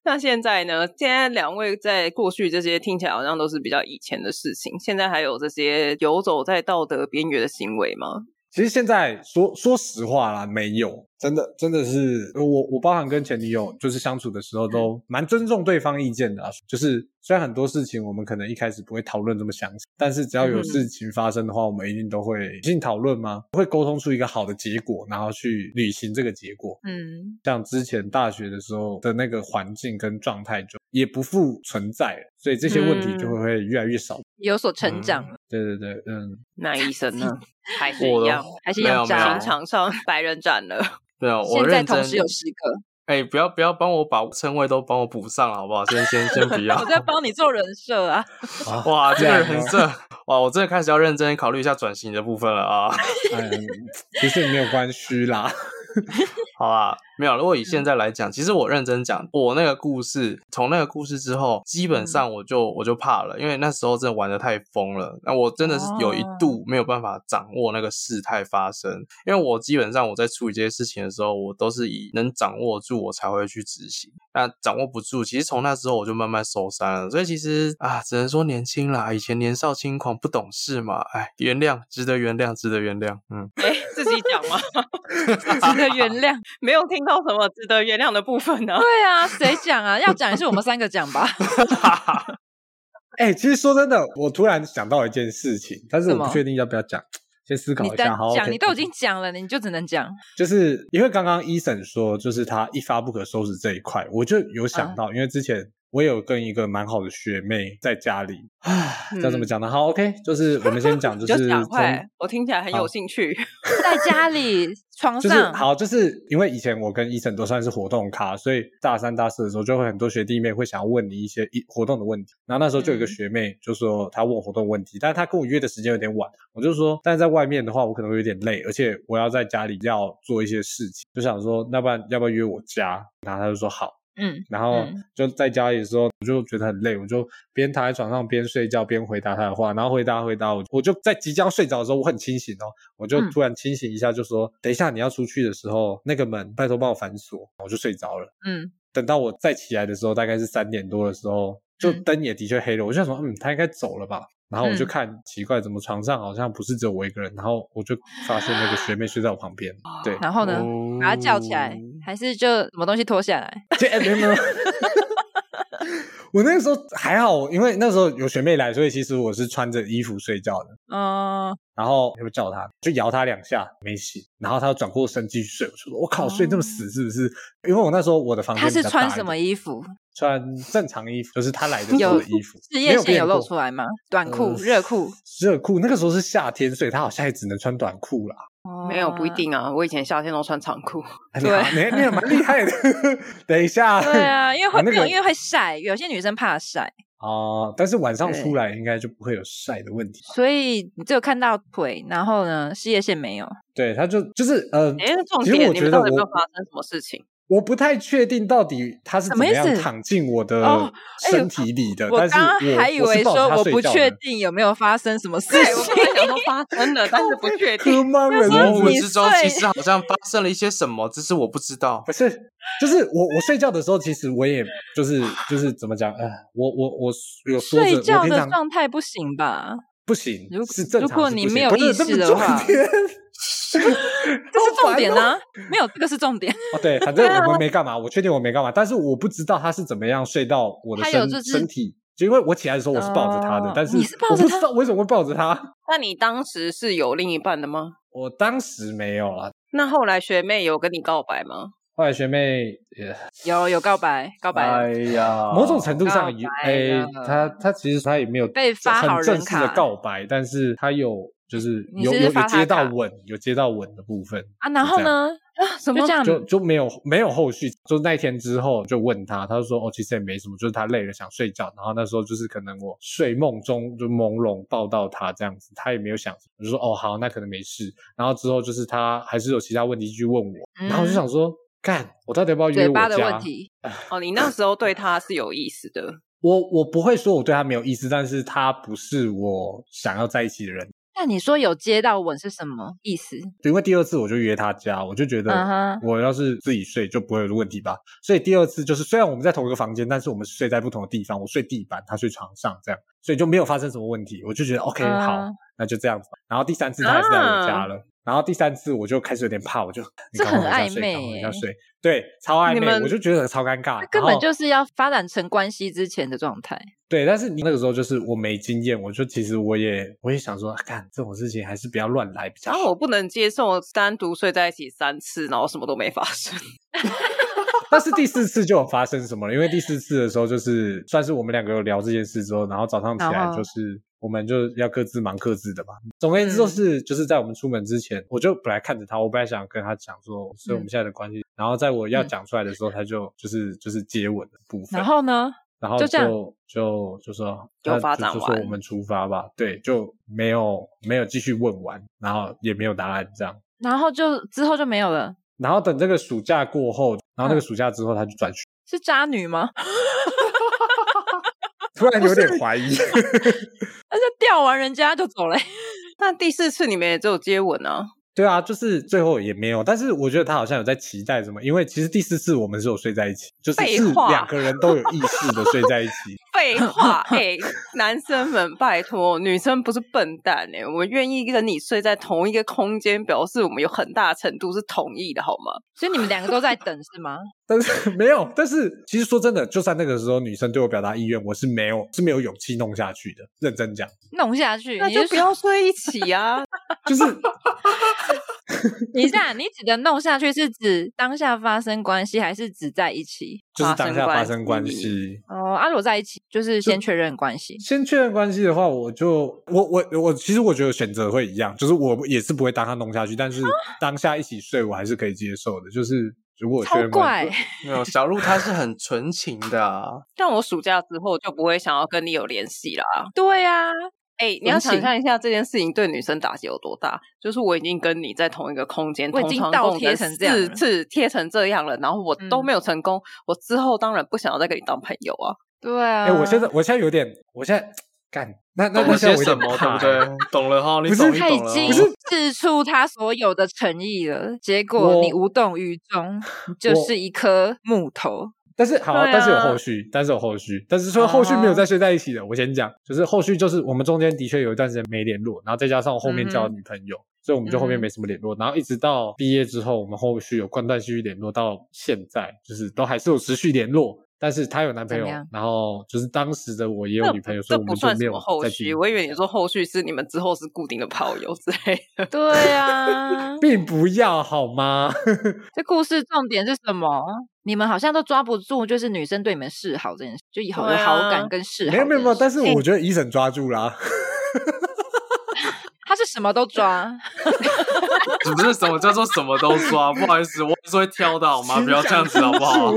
[SPEAKER 5] 那现在呢？现在两位在过去这些听起来好像都是比较以前的事情，现在还有这些游走在道德边缘的行为吗？
[SPEAKER 4] 其实现在说说实话啦，没有，真的真的是我我包含跟前女友就是相处的时候都蛮尊重对方意见的啊。就是虽然很多事情我们可能一开始不会讨论这么详细，但是只要有事情发生的话，我们一定都会一定讨论吗？会沟通出一个好的结果，然后去履行这个结果。
[SPEAKER 2] 嗯，
[SPEAKER 4] 像之前大学的时候的那个环境跟状态就也不复存在了，所以这些问题就会会越来越少。
[SPEAKER 2] 有所成长了，
[SPEAKER 4] 对对对，嗯，
[SPEAKER 5] 那医生呢？ *laughs* 还 *laughs* 是
[SPEAKER 3] 我
[SPEAKER 5] 一
[SPEAKER 3] 的
[SPEAKER 5] 样，
[SPEAKER 2] 还是
[SPEAKER 3] 没
[SPEAKER 2] 要
[SPEAKER 3] 有没有
[SPEAKER 2] 渣
[SPEAKER 5] 情。场上 *laughs* 白人斩 *laughs* 了。
[SPEAKER 3] 对啊，我
[SPEAKER 2] 现在
[SPEAKER 3] 认
[SPEAKER 2] 同
[SPEAKER 3] 真。
[SPEAKER 2] 时有十个，
[SPEAKER 3] 哎、不要不要帮我把称谓都帮我补上了好不好？先先先不
[SPEAKER 2] *laughs*
[SPEAKER 3] 要。
[SPEAKER 2] 我在啊帮你做人设啊。 *laughs*
[SPEAKER 3] 哇，这
[SPEAKER 4] 这
[SPEAKER 3] 个
[SPEAKER 4] 样
[SPEAKER 3] 人
[SPEAKER 4] 吗
[SPEAKER 3] 这哇，我真的开始要认真考虑一下转型的部分了啊。
[SPEAKER 4] *laughs* 哎，其实也没有关系啦。
[SPEAKER 3] 好啊，没有。如果以
[SPEAKER 2] 嗯
[SPEAKER 3] 现在来讲，其实我认真讲，我那个故事，从那个故事之后，基
[SPEAKER 2] 嗯
[SPEAKER 3] 本上我就我就怕了，因为那时候真的玩的太疯了。那我真的是有
[SPEAKER 2] 哦
[SPEAKER 3] 一度没有办法掌握那个事态发生，因为我基本上我在处理这些事情的时候，我都是以能掌握住我才会去执行。那掌握不住，其实从那时候我就慢慢收山了。所以其实啊，只能说年轻啦，以前年少轻狂不懂事嘛，哎，原谅，值得原谅，值得原谅。嗯，
[SPEAKER 5] 哎，自己讲吗？ *laughs*
[SPEAKER 2] 值得原谅。
[SPEAKER 3] *laughs*
[SPEAKER 5] 没有听到什么值得原谅的部分
[SPEAKER 4] *laughs*
[SPEAKER 5] 呢、
[SPEAKER 2] 对啊，谁讲啊？要讲也是我们三个讲吧。
[SPEAKER 4] 哎、其实说真的，我突然想到一件事情，但是
[SPEAKER 2] 什
[SPEAKER 4] 我
[SPEAKER 2] 么
[SPEAKER 4] 不确定要不要讲，先思考
[SPEAKER 2] 你
[SPEAKER 4] 一
[SPEAKER 2] 单
[SPEAKER 4] 下。好，
[SPEAKER 2] 讲
[SPEAKER 4] OK
[SPEAKER 2] 你都已经讲了，你就只能
[SPEAKER 4] *laughs*
[SPEAKER 2] 讲。
[SPEAKER 4] 就是因为刚刚医生说，就是他一发不可收拾这一块，我就有
[SPEAKER 2] 啊
[SPEAKER 4] 想到，因为之前我有跟一个蛮好的学妹在家里，唉，要
[SPEAKER 2] 嗯
[SPEAKER 4] 怎么讲呢？好，OK，就是我们先
[SPEAKER 2] *laughs*
[SPEAKER 4] 讲，
[SPEAKER 5] 你
[SPEAKER 4] 是
[SPEAKER 5] 就讲
[SPEAKER 4] 从
[SPEAKER 5] 快，我听起来很有
[SPEAKER 4] 好
[SPEAKER 5] 兴趣。
[SPEAKER 2] 在家里床
[SPEAKER 4] 就是
[SPEAKER 2] 上，
[SPEAKER 4] 好，就是因为以前我跟医生都算是活动咖，所以大三、大四的时候就会很多学弟妹会想要问你一些一活动的问题。然后那时候就有一个
[SPEAKER 2] 嗯
[SPEAKER 4] 学妹就说她问我活动问题，但是她跟我约的时间有点晚，我就说，但是在外面的话我可能会有点累，而且我要在家里要做一些事情，就想说，那不然要不要约我家？然后她就说好。
[SPEAKER 2] 嗯，
[SPEAKER 4] 然后
[SPEAKER 2] 嗯
[SPEAKER 4] 就在家里的时候，我就觉得很累，我就边躺在床上边睡觉边回答他的话，然后回答回答我，我就在即将睡着的时候，我很清醒哦，我就
[SPEAKER 2] 嗯
[SPEAKER 4] 突然清醒一下，就说、等一下你要出去的时候，那个门拜托帮我反锁，我就睡着了。
[SPEAKER 2] 嗯，
[SPEAKER 4] 等到我再起来的时候，大概是三点多的时候，就
[SPEAKER 2] 嗯
[SPEAKER 4] 灯也的确黑了，我就想说，嗯，他应该走了吧。然后我就
[SPEAKER 2] 嗯
[SPEAKER 4] 看奇怪，怎么床上好像不是只有我一个人？然后我就发现那个学妹睡在我旁边，对，
[SPEAKER 2] 然后呢，
[SPEAKER 3] 哦
[SPEAKER 2] 嗯把他叫起来，还是就什么东西脱下来？
[SPEAKER 4] 这哎没有没
[SPEAKER 2] *laughs*
[SPEAKER 4] *laughs* 有。我那个时候还好，因为那时候有学妹来，所以其实我是穿着衣服睡觉的。
[SPEAKER 2] 嗯，
[SPEAKER 4] 然后我就叫她，就摇她两下，没醒。然后她就转过身继续睡。我说：“我靠，睡这么死是不是？”因为我那时候我的房间
[SPEAKER 2] 他是
[SPEAKER 4] 比较大
[SPEAKER 2] 穿
[SPEAKER 4] 一
[SPEAKER 2] 什么
[SPEAKER 4] 点？
[SPEAKER 2] 衣服？
[SPEAKER 4] 穿正常衣服，就是她来的时
[SPEAKER 2] 有
[SPEAKER 4] 候的衣服。
[SPEAKER 2] 事
[SPEAKER 4] 没
[SPEAKER 2] 业
[SPEAKER 4] 有
[SPEAKER 2] 线
[SPEAKER 4] 变
[SPEAKER 2] 有露
[SPEAKER 4] 过
[SPEAKER 2] 出来吗？短裤、
[SPEAKER 4] 呃
[SPEAKER 2] 热裤？
[SPEAKER 4] 热裤那个时候是夏天，所以她好像也只能穿短裤啦。
[SPEAKER 2] 哦
[SPEAKER 5] 没有，不一。定啊。我以前夏天都穿长裤，
[SPEAKER 4] 哎你好你你也蛮厉害的。 *laughs* 等一下，
[SPEAKER 2] 对
[SPEAKER 4] *laughs*
[SPEAKER 2] 啊，因为会
[SPEAKER 4] 我那
[SPEAKER 2] 没有，
[SPEAKER 4] 个
[SPEAKER 2] 因为会晒，有些女生怕晒，
[SPEAKER 4] 哦，但是晚上
[SPEAKER 2] 对
[SPEAKER 4] 出来应该就不会有晒的问题。
[SPEAKER 2] 所以你只有看到腿，然后呢，事业线没有。
[SPEAKER 4] 对，他就就是呃，
[SPEAKER 5] 哎，那重
[SPEAKER 4] 其实
[SPEAKER 5] 点
[SPEAKER 4] 我
[SPEAKER 5] 你
[SPEAKER 4] 觉
[SPEAKER 5] 们
[SPEAKER 4] 得
[SPEAKER 5] 到底有没有
[SPEAKER 4] 我
[SPEAKER 5] 发生什么事情？
[SPEAKER 4] 我不太确定到底他是
[SPEAKER 2] 什
[SPEAKER 4] 怎
[SPEAKER 2] 么
[SPEAKER 4] 么
[SPEAKER 2] 意思
[SPEAKER 4] 样躺进我的
[SPEAKER 2] 哦哎呦
[SPEAKER 4] 身体里的，
[SPEAKER 2] 我
[SPEAKER 4] 但是
[SPEAKER 2] 刚刚还以
[SPEAKER 4] 我
[SPEAKER 2] 为
[SPEAKER 4] 是抱着
[SPEAKER 2] 说
[SPEAKER 4] 他
[SPEAKER 2] 我
[SPEAKER 4] 睡
[SPEAKER 2] 不
[SPEAKER 4] 觉
[SPEAKER 2] 确
[SPEAKER 4] 的。
[SPEAKER 2] 定有没有发生什
[SPEAKER 4] *laughs*
[SPEAKER 2] 么事
[SPEAKER 5] 对，
[SPEAKER 2] *laughs*
[SPEAKER 5] 我
[SPEAKER 2] 情，
[SPEAKER 5] 本来想说发生了，但是不确定。
[SPEAKER 4] 妈
[SPEAKER 2] 那时候
[SPEAKER 3] 模
[SPEAKER 4] 我
[SPEAKER 3] 糊
[SPEAKER 4] 不
[SPEAKER 2] 你
[SPEAKER 3] 之中，
[SPEAKER 2] 睡
[SPEAKER 3] 其实好像发生了一些什么，只是我不知道
[SPEAKER 4] 不。是，就是我我睡觉的时候，其实我也就是就是怎么讲，呃，我我我有说
[SPEAKER 2] 睡
[SPEAKER 4] 着，我
[SPEAKER 2] 觉
[SPEAKER 4] 平
[SPEAKER 2] 的
[SPEAKER 4] 常
[SPEAKER 2] 状态不行
[SPEAKER 4] *laughs*
[SPEAKER 2] 吧？
[SPEAKER 4] 不行
[SPEAKER 2] 如，
[SPEAKER 4] 是正常是不
[SPEAKER 2] 如
[SPEAKER 4] 行。
[SPEAKER 2] 果你没有
[SPEAKER 4] 不是
[SPEAKER 2] 意识的话
[SPEAKER 4] 这不是重点
[SPEAKER 2] 这是重点
[SPEAKER 4] 好烦哦
[SPEAKER 2] 啊，没有这个是重点。
[SPEAKER 4] 哦，对，反正
[SPEAKER 2] 啊
[SPEAKER 4] 我们没干嘛，我确定我没干嘛，但是我不知道他是怎么样睡到我的
[SPEAKER 2] 他有
[SPEAKER 4] 身
[SPEAKER 2] 就是
[SPEAKER 4] 身体，就因为我起来的时候我是抱着他的，
[SPEAKER 2] 哦
[SPEAKER 4] 但是
[SPEAKER 2] 你是抱
[SPEAKER 4] 我
[SPEAKER 2] 着
[SPEAKER 4] 不
[SPEAKER 2] 他
[SPEAKER 4] 知道为什么会抱着他。
[SPEAKER 5] 那你当时是有另一半的吗？
[SPEAKER 4] 我当时没有啦，
[SPEAKER 5] 那后来学妹有跟你告白吗？
[SPEAKER 4] 后来学妹也，
[SPEAKER 2] 有有告白，告白
[SPEAKER 4] 哎
[SPEAKER 2] 了，
[SPEAKER 3] 呀
[SPEAKER 4] 某种程度
[SPEAKER 2] 哦告
[SPEAKER 4] 上
[SPEAKER 2] 白
[SPEAKER 4] 有，哎
[SPEAKER 2] 了，
[SPEAKER 4] 她她其实她也没有
[SPEAKER 2] 被发好
[SPEAKER 4] 很正
[SPEAKER 2] 人
[SPEAKER 4] 式的
[SPEAKER 2] 卡
[SPEAKER 4] 告白，但是她有就是
[SPEAKER 2] 你
[SPEAKER 4] 有
[SPEAKER 2] 是不
[SPEAKER 4] 有
[SPEAKER 2] 是
[SPEAKER 4] 有
[SPEAKER 2] 发她
[SPEAKER 4] 接到
[SPEAKER 2] 卡
[SPEAKER 4] 吻，有接到吻的部分
[SPEAKER 2] 啊，然后呢？啊，什
[SPEAKER 5] 么
[SPEAKER 2] 就这样？
[SPEAKER 4] 就就没有没有后续，就那一天之后就问他，他就说哦，其实也没什么，就是他累了想睡觉，然后那时候就是可能我睡梦中就朦胧抱到他这样子，他也没有想，我就说哦好，那可能没事。然后之后就是他还是有其他问题继续问我，然后我就想说，干，我到底要不要
[SPEAKER 2] 嗯
[SPEAKER 4] 约
[SPEAKER 2] 嘴
[SPEAKER 4] 我
[SPEAKER 2] 巴
[SPEAKER 4] 家？
[SPEAKER 2] 的问题，
[SPEAKER 5] 哦，你那时候对她是有意思的，
[SPEAKER 4] 我我不会说我对他没有意思，但是他不是我想要在一起的人。
[SPEAKER 2] 那你说有接到吻是什么意思？
[SPEAKER 4] 因为第二次我就约他家，我就觉得
[SPEAKER 2] 嗯哼
[SPEAKER 4] 我要是自己睡就不会有问题吧。所以第二次就是虽然我们在同一个房间，但是我们睡在不同的地方，我睡地板，他睡床上，这样，所以就没有发生什么问题。我就觉得 OK、
[SPEAKER 2] 嗯啊
[SPEAKER 4] 好，那就这样子吧。然后第三次他还是来我家了。然后第三次我就开始有点怕，我就你
[SPEAKER 2] 这
[SPEAKER 4] 赶快
[SPEAKER 2] 很
[SPEAKER 4] 回家
[SPEAKER 2] 暧
[SPEAKER 4] 睡
[SPEAKER 2] 昧
[SPEAKER 4] 赶快回
[SPEAKER 2] 耶
[SPEAKER 4] 家睡，对，超暧
[SPEAKER 5] 你
[SPEAKER 4] 昧，
[SPEAKER 5] 们
[SPEAKER 4] 我就觉得超尴尬。
[SPEAKER 2] 根
[SPEAKER 4] 然
[SPEAKER 2] 本
[SPEAKER 4] 后
[SPEAKER 2] 就是要发展成关系之前的状态。
[SPEAKER 4] 对，但是你那个时候就是我没经验，我就其实我也我也想说，看这种事情还是不要乱来比较
[SPEAKER 5] 然
[SPEAKER 4] 好。
[SPEAKER 5] 后我不能接受单独睡在一起三次，然后什么都没发生。 *laughs*
[SPEAKER 4] 但是第四次就有发生什么了，因为第四次的时候就是算是我们两个有聊这件事之后，然后早上起
[SPEAKER 2] 然
[SPEAKER 4] 来
[SPEAKER 2] 后
[SPEAKER 4] 就是我们就要各自忙各自的嘛。总而言之
[SPEAKER 2] 嗯
[SPEAKER 4] 就是、就是在我们出门之前，我就本来看着他，我本来想跟他讲说，所以我们现在的关系。然后在我要
[SPEAKER 2] 嗯
[SPEAKER 4] 讲出来的时候，他就就是就是接吻的部分。
[SPEAKER 2] 然后呢？
[SPEAKER 4] 然后
[SPEAKER 2] 就这样
[SPEAKER 4] 就就就说
[SPEAKER 5] 就
[SPEAKER 4] 他
[SPEAKER 5] 发
[SPEAKER 4] 就
[SPEAKER 5] 展
[SPEAKER 4] 就说
[SPEAKER 5] 完
[SPEAKER 4] 我们出发吧，对，就没有没有继续问完，然后也没有答案这样。
[SPEAKER 2] 然后就之后就没有了，
[SPEAKER 4] 然后等这个暑假过后，然后
[SPEAKER 5] 嗯
[SPEAKER 4] 那个暑假之后他就转学，
[SPEAKER 2] 是渣女吗？ *laughs*
[SPEAKER 4] 突然有点
[SPEAKER 5] *laughs*
[SPEAKER 4] 怀疑。
[SPEAKER 2] 而且钓完人家就走了、 *laughs*
[SPEAKER 5] 但第四次你们也只有接吻啊，
[SPEAKER 4] 对啊，就是最后也没有，但是我觉得他好像有在期待什么，因为其实第四次我们是有睡在一起，就是
[SPEAKER 5] 废
[SPEAKER 4] 是
[SPEAKER 5] 话
[SPEAKER 4] 两个人都有意识的睡
[SPEAKER 5] *laughs*
[SPEAKER 4] 在一起。
[SPEAKER 5] 废话，哎、男生们拜托，女生不是笨蛋哎、我们愿意跟你睡在同一个空间，表示我们有很大程度是同意的，好吗？
[SPEAKER 2] 所以你们两个都在等是吗？
[SPEAKER 4] 但是没有，但是其实说真的，就算那个时候女生对我表达意愿，我是没有是没有勇气弄下去的。认真讲，
[SPEAKER 2] 弄下
[SPEAKER 4] *laughs*
[SPEAKER 2] 去，
[SPEAKER 5] 那
[SPEAKER 2] 你
[SPEAKER 5] 就是不要睡一起啊！ *laughs*
[SPEAKER 4] 就是
[SPEAKER 2] 你这样，你指的弄下去是指当下发生关系，还是指在一起？
[SPEAKER 4] 就是当下发
[SPEAKER 5] 发
[SPEAKER 4] 生
[SPEAKER 5] 生
[SPEAKER 4] 关
[SPEAKER 5] 关系
[SPEAKER 4] 系。
[SPEAKER 2] 哦，啊，如果在一起，就是先确认关系。
[SPEAKER 4] 先确认关系的话，我就我我我，其实我觉得选择会一样，就是我也是不会当他弄下去，但是当下一起睡我还是可以接受的。就是如果确
[SPEAKER 2] 超
[SPEAKER 4] 认关
[SPEAKER 2] 怪
[SPEAKER 4] 系，，
[SPEAKER 3] 没有小鹿他是很纯情的
[SPEAKER 4] *laughs*
[SPEAKER 3] 啊，
[SPEAKER 5] 但我暑假之后就不会想要跟你有联系啦。
[SPEAKER 2] *laughs* 对呀、啊，
[SPEAKER 5] 哎、你要
[SPEAKER 2] 同情
[SPEAKER 5] 想象一下这件事情对女生打击有多大，就是我已经跟你在同一个空间，
[SPEAKER 2] 我已
[SPEAKER 5] 同
[SPEAKER 2] 经
[SPEAKER 5] 床
[SPEAKER 2] 倒
[SPEAKER 5] 共
[SPEAKER 2] 贴
[SPEAKER 5] 枕
[SPEAKER 2] 成这样
[SPEAKER 5] 四
[SPEAKER 2] 了
[SPEAKER 5] 次贴成这样了，然后我都
[SPEAKER 2] 嗯
[SPEAKER 5] 没有成功，我之后当然不想要再跟你当朋友啊。
[SPEAKER 2] 对啊。
[SPEAKER 4] 哎、我现在我现在有点，我现在干那那
[SPEAKER 3] 懂
[SPEAKER 4] 那
[SPEAKER 3] 了
[SPEAKER 4] 现
[SPEAKER 3] 些
[SPEAKER 4] 在我
[SPEAKER 3] 什
[SPEAKER 4] 有点
[SPEAKER 3] 么，对
[SPEAKER 4] 怕
[SPEAKER 3] 不
[SPEAKER 4] 欸？
[SPEAKER 3] 对？懂了哈，你
[SPEAKER 4] 不是
[SPEAKER 3] 懂你
[SPEAKER 2] 他已
[SPEAKER 3] 懂了
[SPEAKER 2] 经
[SPEAKER 3] 哦。
[SPEAKER 2] 试出他所有的诚意了，结
[SPEAKER 4] 我
[SPEAKER 2] 果你无动于衷，就是一颗木
[SPEAKER 4] *laughs*
[SPEAKER 2] 头。
[SPEAKER 4] 但是好，
[SPEAKER 5] 对啊哦
[SPEAKER 4] 但是有后续，但是有后续，但是说后续没有再睡在一起的，我先讲，就是后续就是我们中间的确有一段时间没联络，然后再加上我
[SPEAKER 5] 嗯
[SPEAKER 4] 后面交了女朋友，所以我们就后面没什么联络，然后一直到毕业之后，我们后续有断断续续联络到现在，就是都还是有持续联络。但是她有男朋友
[SPEAKER 2] 怎么样，
[SPEAKER 4] 然后就是当时的我也有女朋友，
[SPEAKER 5] 这
[SPEAKER 4] 所以我
[SPEAKER 5] 不
[SPEAKER 4] 们就
[SPEAKER 5] 算
[SPEAKER 4] 没
[SPEAKER 5] 什
[SPEAKER 4] 有
[SPEAKER 5] 么后
[SPEAKER 4] 再继续，
[SPEAKER 5] 续，我以为你说后续是你们之后是固定的炮友之
[SPEAKER 2] *laughs*
[SPEAKER 5] 类的。
[SPEAKER 2] 对啊
[SPEAKER 4] 并不要好吗？ *laughs*
[SPEAKER 2] 这故事重点是什么？你们好像都抓不住，就是女生对你们示好这件事，就以后有
[SPEAKER 5] 对啊
[SPEAKER 2] 好感跟示好
[SPEAKER 4] 没
[SPEAKER 2] 这件事。
[SPEAKER 4] 有
[SPEAKER 2] 哎
[SPEAKER 4] 没有没有，但是我觉得医生抓住啦， *laughs*
[SPEAKER 2] 他是什么都
[SPEAKER 4] *laughs*
[SPEAKER 2] 抓，
[SPEAKER 3] 你这什么叫做什么都抓？不好意思，我还是会挑的好吗？不要这样子好不好？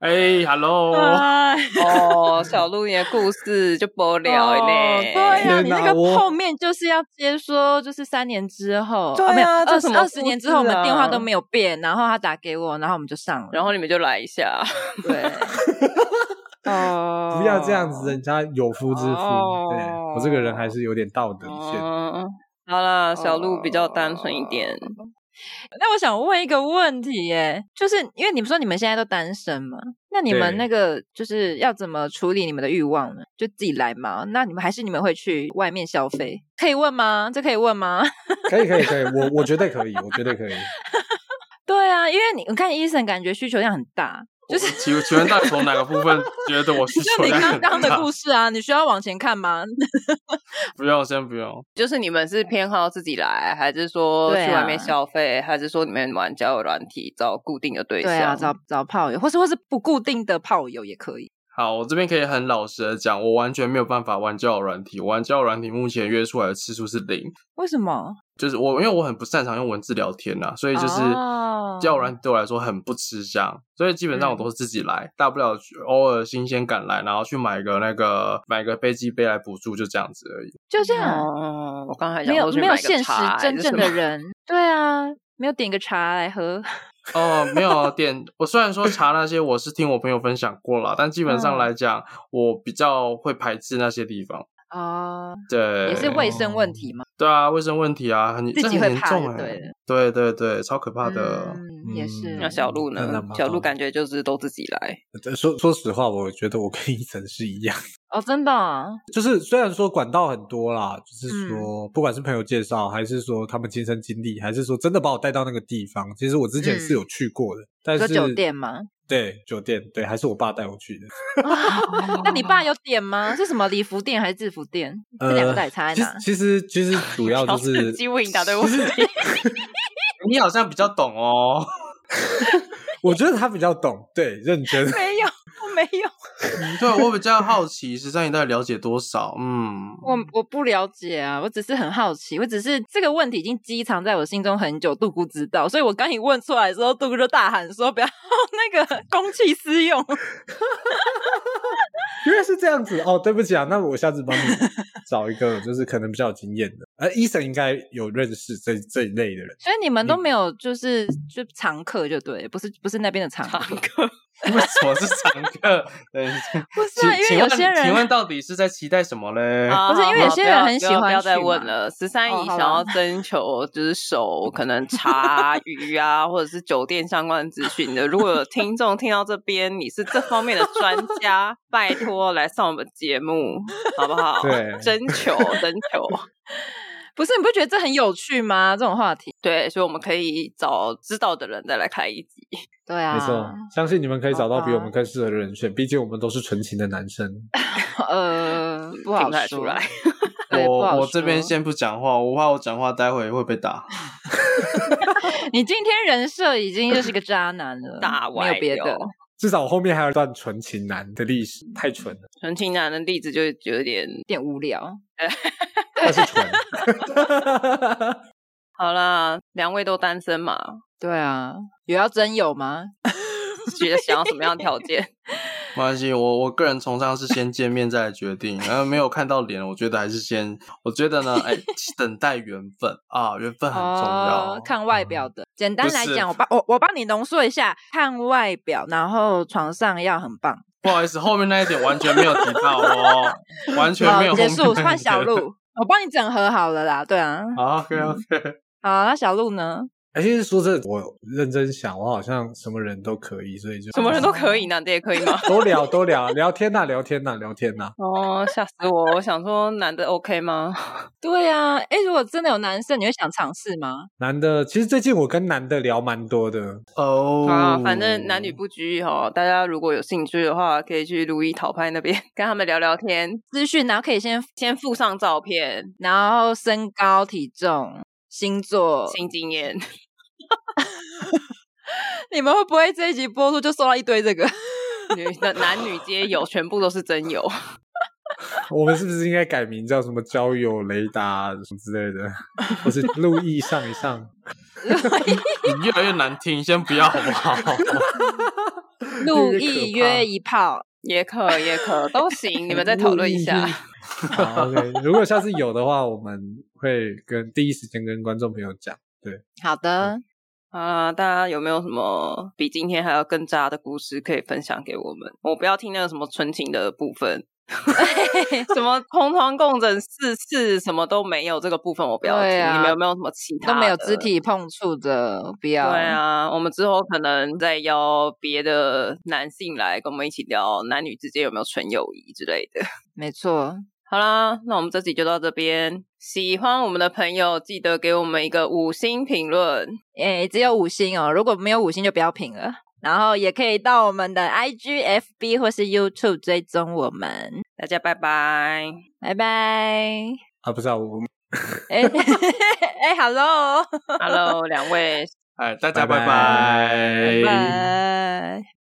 [SPEAKER 3] 哎，hello，
[SPEAKER 2] *laughs* 嗯哎
[SPEAKER 5] 哦，小鹿，你的故事就
[SPEAKER 2] *laughs*
[SPEAKER 5] 不聊
[SPEAKER 2] 哦
[SPEAKER 5] 了呢。
[SPEAKER 2] 对呀、
[SPEAKER 4] 欸天
[SPEAKER 2] 你那
[SPEAKER 4] 哪我
[SPEAKER 2] 个后面就是要接说，就是三年之后，
[SPEAKER 5] 对
[SPEAKER 2] 啊没有
[SPEAKER 5] 啊这
[SPEAKER 2] 二
[SPEAKER 5] 什
[SPEAKER 2] 十
[SPEAKER 5] 么
[SPEAKER 2] 二十年之后，我
[SPEAKER 5] 故事啊
[SPEAKER 2] 们电话都没有变，然后他打给我，然后我们就上了。
[SPEAKER 5] 然后你们就来一下，
[SPEAKER 2] 对，哦
[SPEAKER 4] 不要这样
[SPEAKER 5] 哦
[SPEAKER 4] 子，人家有夫之妇。对我这个人还是有点道德线。
[SPEAKER 5] 嗯，好啦，小鹿比较单纯一
[SPEAKER 2] 哦
[SPEAKER 5] 点，
[SPEAKER 2] 那我想问一个问题，耶，就是因为你们说你们现在都单身嘛，那你们
[SPEAKER 4] 对
[SPEAKER 2] 那个就是要怎么处理你们的欲望呢？就自己来嘛？那你们还是你们会去外面消费？可以问吗？这可以问吗？ *laughs*
[SPEAKER 4] 可以可以可以，我我绝对可以，我绝对 *laughs* 可以。
[SPEAKER 2] 对啊，因为你我看医生感觉需求量很大，
[SPEAKER 3] 就是请请问到底从哪个部分觉得哦我需
[SPEAKER 2] 就
[SPEAKER 3] 求
[SPEAKER 2] 你
[SPEAKER 3] 量
[SPEAKER 2] 刚
[SPEAKER 3] 很大
[SPEAKER 2] 刚？的故事啊，你需要往前看吗？
[SPEAKER 3] 不用，先不用。
[SPEAKER 5] 就是你们是偏好自己来，还是说
[SPEAKER 2] 对啊
[SPEAKER 5] 去外面消费，还是说你们玩交友软体找固定的对象？哦
[SPEAKER 2] 对啊，找找炮友，或是或是不固定的炮友也可以。
[SPEAKER 3] 好，我这边可以很老实的讲，我完全没有办法玩交友软体，我玩交友软体目前约出来的次数是零，
[SPEAKER 2] 为什么？
[SPEAKER 3] 就是我因为我很不擅长用文字聊天呐、所以就是
[SPEAKER 2] 哦嗯
[SPEAKER 3] 交友软体对我来说很不吃香，所以基本上我都是自己来，大不了偶尔新鲜感来，然后去买个那个买个飞机杯来补助，就这样子而已。
[SPEAKER 2] 就这样，
[SPEAKER 5] 哦，我刚才想
[SPEAKER 2] 没有
[SPEAKER 5] 说去
[SPEAKER 2] 没有
[SPEAKER 5] 买个
[SPEAKER 2] 现实
[SPEAKER 5] 茶
[SPEAKER 2] 真正的，人，对啊，没有点个茶来喝，
[SPEAKER 3] 哦，没有啊点。我虽然说查那些，我是听我朋友分享过啦，但基本上
[SPEAKER 2] 嗯
[SPEAKER 3] 来讲，我比较会排斥那些地方。
[SPEAKER 2] 哦，
[SPEAKER 3] 对，
[SPEAKER 2] 也是卫生问题嘛，
[SPEAKER 3] 对啊，卫生问题啊，很
[SPEAKER 2] 自
[SPEAKER 3] 这
[SPEAKER 2] 己
[SPEAKER 3] 很
[SPEAKER 2] 会
[SPEAKER 3] 严
[SPEAKER 2] 怕
[SPEAKER 3] 重
[SPEAKER 2] 就
[SPEAKER 3] 哎、
[SPEAKER 2] 对了
[SPEAKER 3] 对对对，超可怕的。
[SPEAKER 2] 嗯，也是
[SPEAKER 4] 嗯。
[SPEAKER 5] 那小鹿
[SPEAKER 4] 真的
[SPEAKER 5] 呢
[SPEAKER 4] 蛮？
[SPEAKER 5] 小鹿
[SPEAKER 4] 棒
[SPEAKER 5] 感觉就是都自己来，
[SPEAKER 4] *laughs* 说说实话，我觉得我跟医生是一样，
[SPEAKER 2] 哦，真的啊、
[SPEAKER 4] 就是虽然说管道很多啦，就是说不管是朋友介绍，还是说他们亲身经历，还是说真的把我带到那个地方，其实我之前
[SPEAKER 2] 嗯
[SPEAKER 4] 是有去过的，但
[SPEAKER 2] 说
[SPEAKER 4] 是
[SPEAKER 2] 酒店 *laughs* 吗？
[SPEAKER 4] 对，酒店对，还是我爸带我去的。
[SPEAKER 2] 那你爸有点吗？是什么礼服店还是制服店？这两个啊到底差在
[SPEAKER 4] 其
[SPEAKER 2] 哪？ *laughs*
[SPEAKER 4] 其实其 *laughs* 实主要就
[SPEAKER 5] 老
[SPEAKER 4] 是
[SPEAKER 5] 师机会答对问题， *laughs*
[SPEAKER 3] 你好像比较懂哦。
[SPEAKER 4] *laughs* 我觉得他比较懂，对，认真。 *laughs*
[SPEAKER 5] 没有，我没有。
[SPEAKER 3] 嗯对啊我比较好奇，十三姨到底了解多少？嗯，
[SPEAKER 2] 我我不了解啊，我只是很好奇，我只是这个问题已经积藏在我心中很久，杜姑知道，所以我刚一问出来的时候，杜姑就大喊说：“ *laughs* 不要那个 *laughs* 公器私用。
[SPEAKER 4] 原来是这样子哦，对不起啊，那我下次 *laughs* 帮你找一个就是可能比较有经验的。而医生应该有认识这这一类的人”，
[SPEAKER 2] 所以你们都没有就是就常客就对，不是不是那边的常客，
[SPEAKER 3] 为什么是常客？等一下，
[SPEAKER 2] 不是
[SPEAKER 3] 请
[SPEAKER 2] 啊，因为
[SPEAKER 3] 请
[SPEAKER 2] 有
[SPEAKER 3] 问
[SPEAKER 2] 些
[SPEAKER 3] 请
[SPEAKER 2] 人
[SPEAKER 3] 问到底是在期待什么嘞？
[SPEAKER 5] 啊
[SPEAKER 2] 不是因为有些人很喜欢
[SPEAKER 5] 不要再
[SPEAKER 2] 去嘛
[SPEAKER 5] 问了。十三
[SPEAKER 2] 哦
[SPEAKER 5] 姨
[SPEAKER 2] 好
[SPEAKER 5] 想
[SPEAKER 2] 吧
[SPEAKER 5] 要征求就是手可能
[SPEAKER 2] *laughs*
[SPEAKER 5] 茶鱼啊，或者是酒店相关资讯的。如果有听众听到这边，你是这方面的专家，拜托来上我们节目，好不好？
[SPEAKER 4] 对
[SPEAKER 5] 征求征求。
[SPEAKER 2] 不是你不觉得这很有趣吗？这种话题，
[SPEAKER 5] 对，所以我们可以找知道的人再来开一集。
[SPEAKER 2] 对啊，
[SPEAKER 4] 没错，相信你们可以找到比我
[SPEAKER 2] 好
[SPEAKER 4] 们
[SPEAKER 2] 吧
[SPEAKER 4] 更适合的人选，毕竟我们都是纯情的
[SPEAKER 5] *laughs*
[SPEAKER 4] 男生。
[SPEAKER 2] *laughs* 呃，不好
[SPEAKER 5] 听不太
[SPEAKER 2] 说
[SPEAKER 5] 出来， *laughs*
[SPEAKER 2] 对不好
[SPEAKER 3] 我
[SPEAKER 2] 说
[SPEAKER 3] 我这边先不讲话，我怕我讲话待会会被打。
[SPEAKER 2] 你今天人设已经就是个渣男了，
[SPEAKER 5] 大
[SPEAKER 2] 没
[SPEAKER 5] 外
[SPEAKER 2] 有别的
[SPEAKER 5] 流。
[SPEAKER 4] 至少我后面还有一段纯情男的历史，太
[SPEAKER 5] *laughs*
[SPEAKER 4] 蠢了，
[SPEAKER 5] 纯情男的例子就有点
[SPEAKER 2] 有点无聊。
[SPEAKER 4] 那是蠢。
[SPEAKER 5] 好啦，两位都单身嘛，
[SPEAKER 2] 对啊，有要真有吗？
[SPEAKER 5] 觉得想要什么样的条
[SPEAKER 2] *laughs*
[SPEAKER 5] 件？
[SPEAKER 3] 没关系，我我个人崇尚是先见面再来决定，然后没有看到脸，我觉得还是先，我觉得呢，哎，等待缘分啊，缘分很重要。啊嗯
[SPEAKER 2] 哦，看外表的。简单
[SPEAKER 3] 不
[SPEAKER 2] 来
[SPEAKER 3] 是
[SPEAKER 2] 讲，我帮我我帮你浓缩一下，看外表，然后床上要很棒。
[SPEAKER 3] 不好意思，后面那一点完全没有提到哦，完全
[SPEAKER 2] 好
[SPEAKER 3] 没有后
[SPEAKER 2] 结
[SPEAKER 3] 面
[SPEAKER 2] 束，
[SPEAKER 3] 那一
[SPEAKER 2] 换小
[SPEAKER 3] *laughs* 点。
[SPEAKER 2] 鹿，我帮你整合好了啦。对啊，
[SPEAKER 3] 好，OK OK，
[SPEAKER 2] 好，那小鹿呢？
[SPEAKER 4] *laughs* 哎，其实说真的，我认真想，我好像什么人都可以，所以就
[SPEAKER 5] 什么人都可以，男的也可以吗？
[SPEAKER 4] 都聊都聊聊天呐、聊天呐、聊天呐、
[SPEAKER 5] 哦，吓死我！我想说，男的 OK 吗？
[SPEAKER 2] 对啊，哎，如果真的有男生，你会想尝试吗？
[SPEAKER 4] 男的，其实最近我跟男的聊蛮多的，
[SPEAKER 3] 哦，
[SPEAKER 5] 啊，反正男女不拘哈，大家如果有兴趣的话，可以去如意讨拍那边跟他们聊聊天，
[SPEAKER 2] 资讯，啊然后可以先，
[SPEAKER 5] 先附上照片、
[SPEAKER 2] 然后身高、体重、星座。
[SPEAKER 5] 新经验。
[SPEAKER 2] 你们会不会这一集播出就收到一堆这 *laughs* 个？
[SPEAKER 5] 女的男女皆有，全部都是真有。
[SPEAKER 4] 我们是不是应该改名叫什么交友雷达什么之类的，或是路易上一上？
[SPEAKER 3] 你越来越难听，先不要好不好？ *laughs*
[SPEAKER 2] 路
[SPEAKER 4] 越可
[SPEAKER 2] 易
[SPEAKER 4] 怕
[SPEAKER 2] 约一炮，
[SPEAKER 5] 也可也可都行，你们再讨论一下。
[SPEAKER 4] 好，OK。如果下次有的话，我们会跟第一时间跟观众朋友讲。
[SPEAKER 2] 好的，
[SPEAKER 5] 啊！大家有没有什么比今天还要更渣的故事可以分享给我们？我不要听那个什么纯情的部
[SPEAKER 2] *laughs*
[SPEAKER 5] 分，什么空窗共枕四次，什么都没有这个部分我不要
[SPEAKER 2] 对
[SPEAKER 5] 听。
[SPEAKER 2] 啊
[SPEAKER 5] 你们有没有什么其他
[SPEAKER 2] 都没有
[SPEAKER 5] 的
[SPEAKER 2] 肢体碰触的，不要。
[SPEAKER 5] 对啊，我们之后可能再邀别的男性来跟我们一起聊男女之间有没有纯友谊之类的。
[SPEAKER 2] 没错，
[SPEAKER 5] 好啦，那我们这集就到这边。喜欢我们的朋友，记得给我们一个五星评论。
[SPEAKER 2] 诶、只有五星哦，如果没有五星就不要评了。然后也可以到我们的 IG、FB 或是 YouTube 追踪我们，
[SPEAKER 5] 大家拜
[SPEAKER 2] *laughs*
[SPEAKER 5] 拜。
[SPEAKER 2] 拜拜。 *laughs*
[SPEAKER 4] 啊，不是啊，我
[SPEAKER 2] 哎哎，Hello，
[SPEAKER 5] Hello，两位
[SPEAKER 3] 哎，大家拜
[SPEAKER 4] 拜拜
[SPEAKER 2] 拜。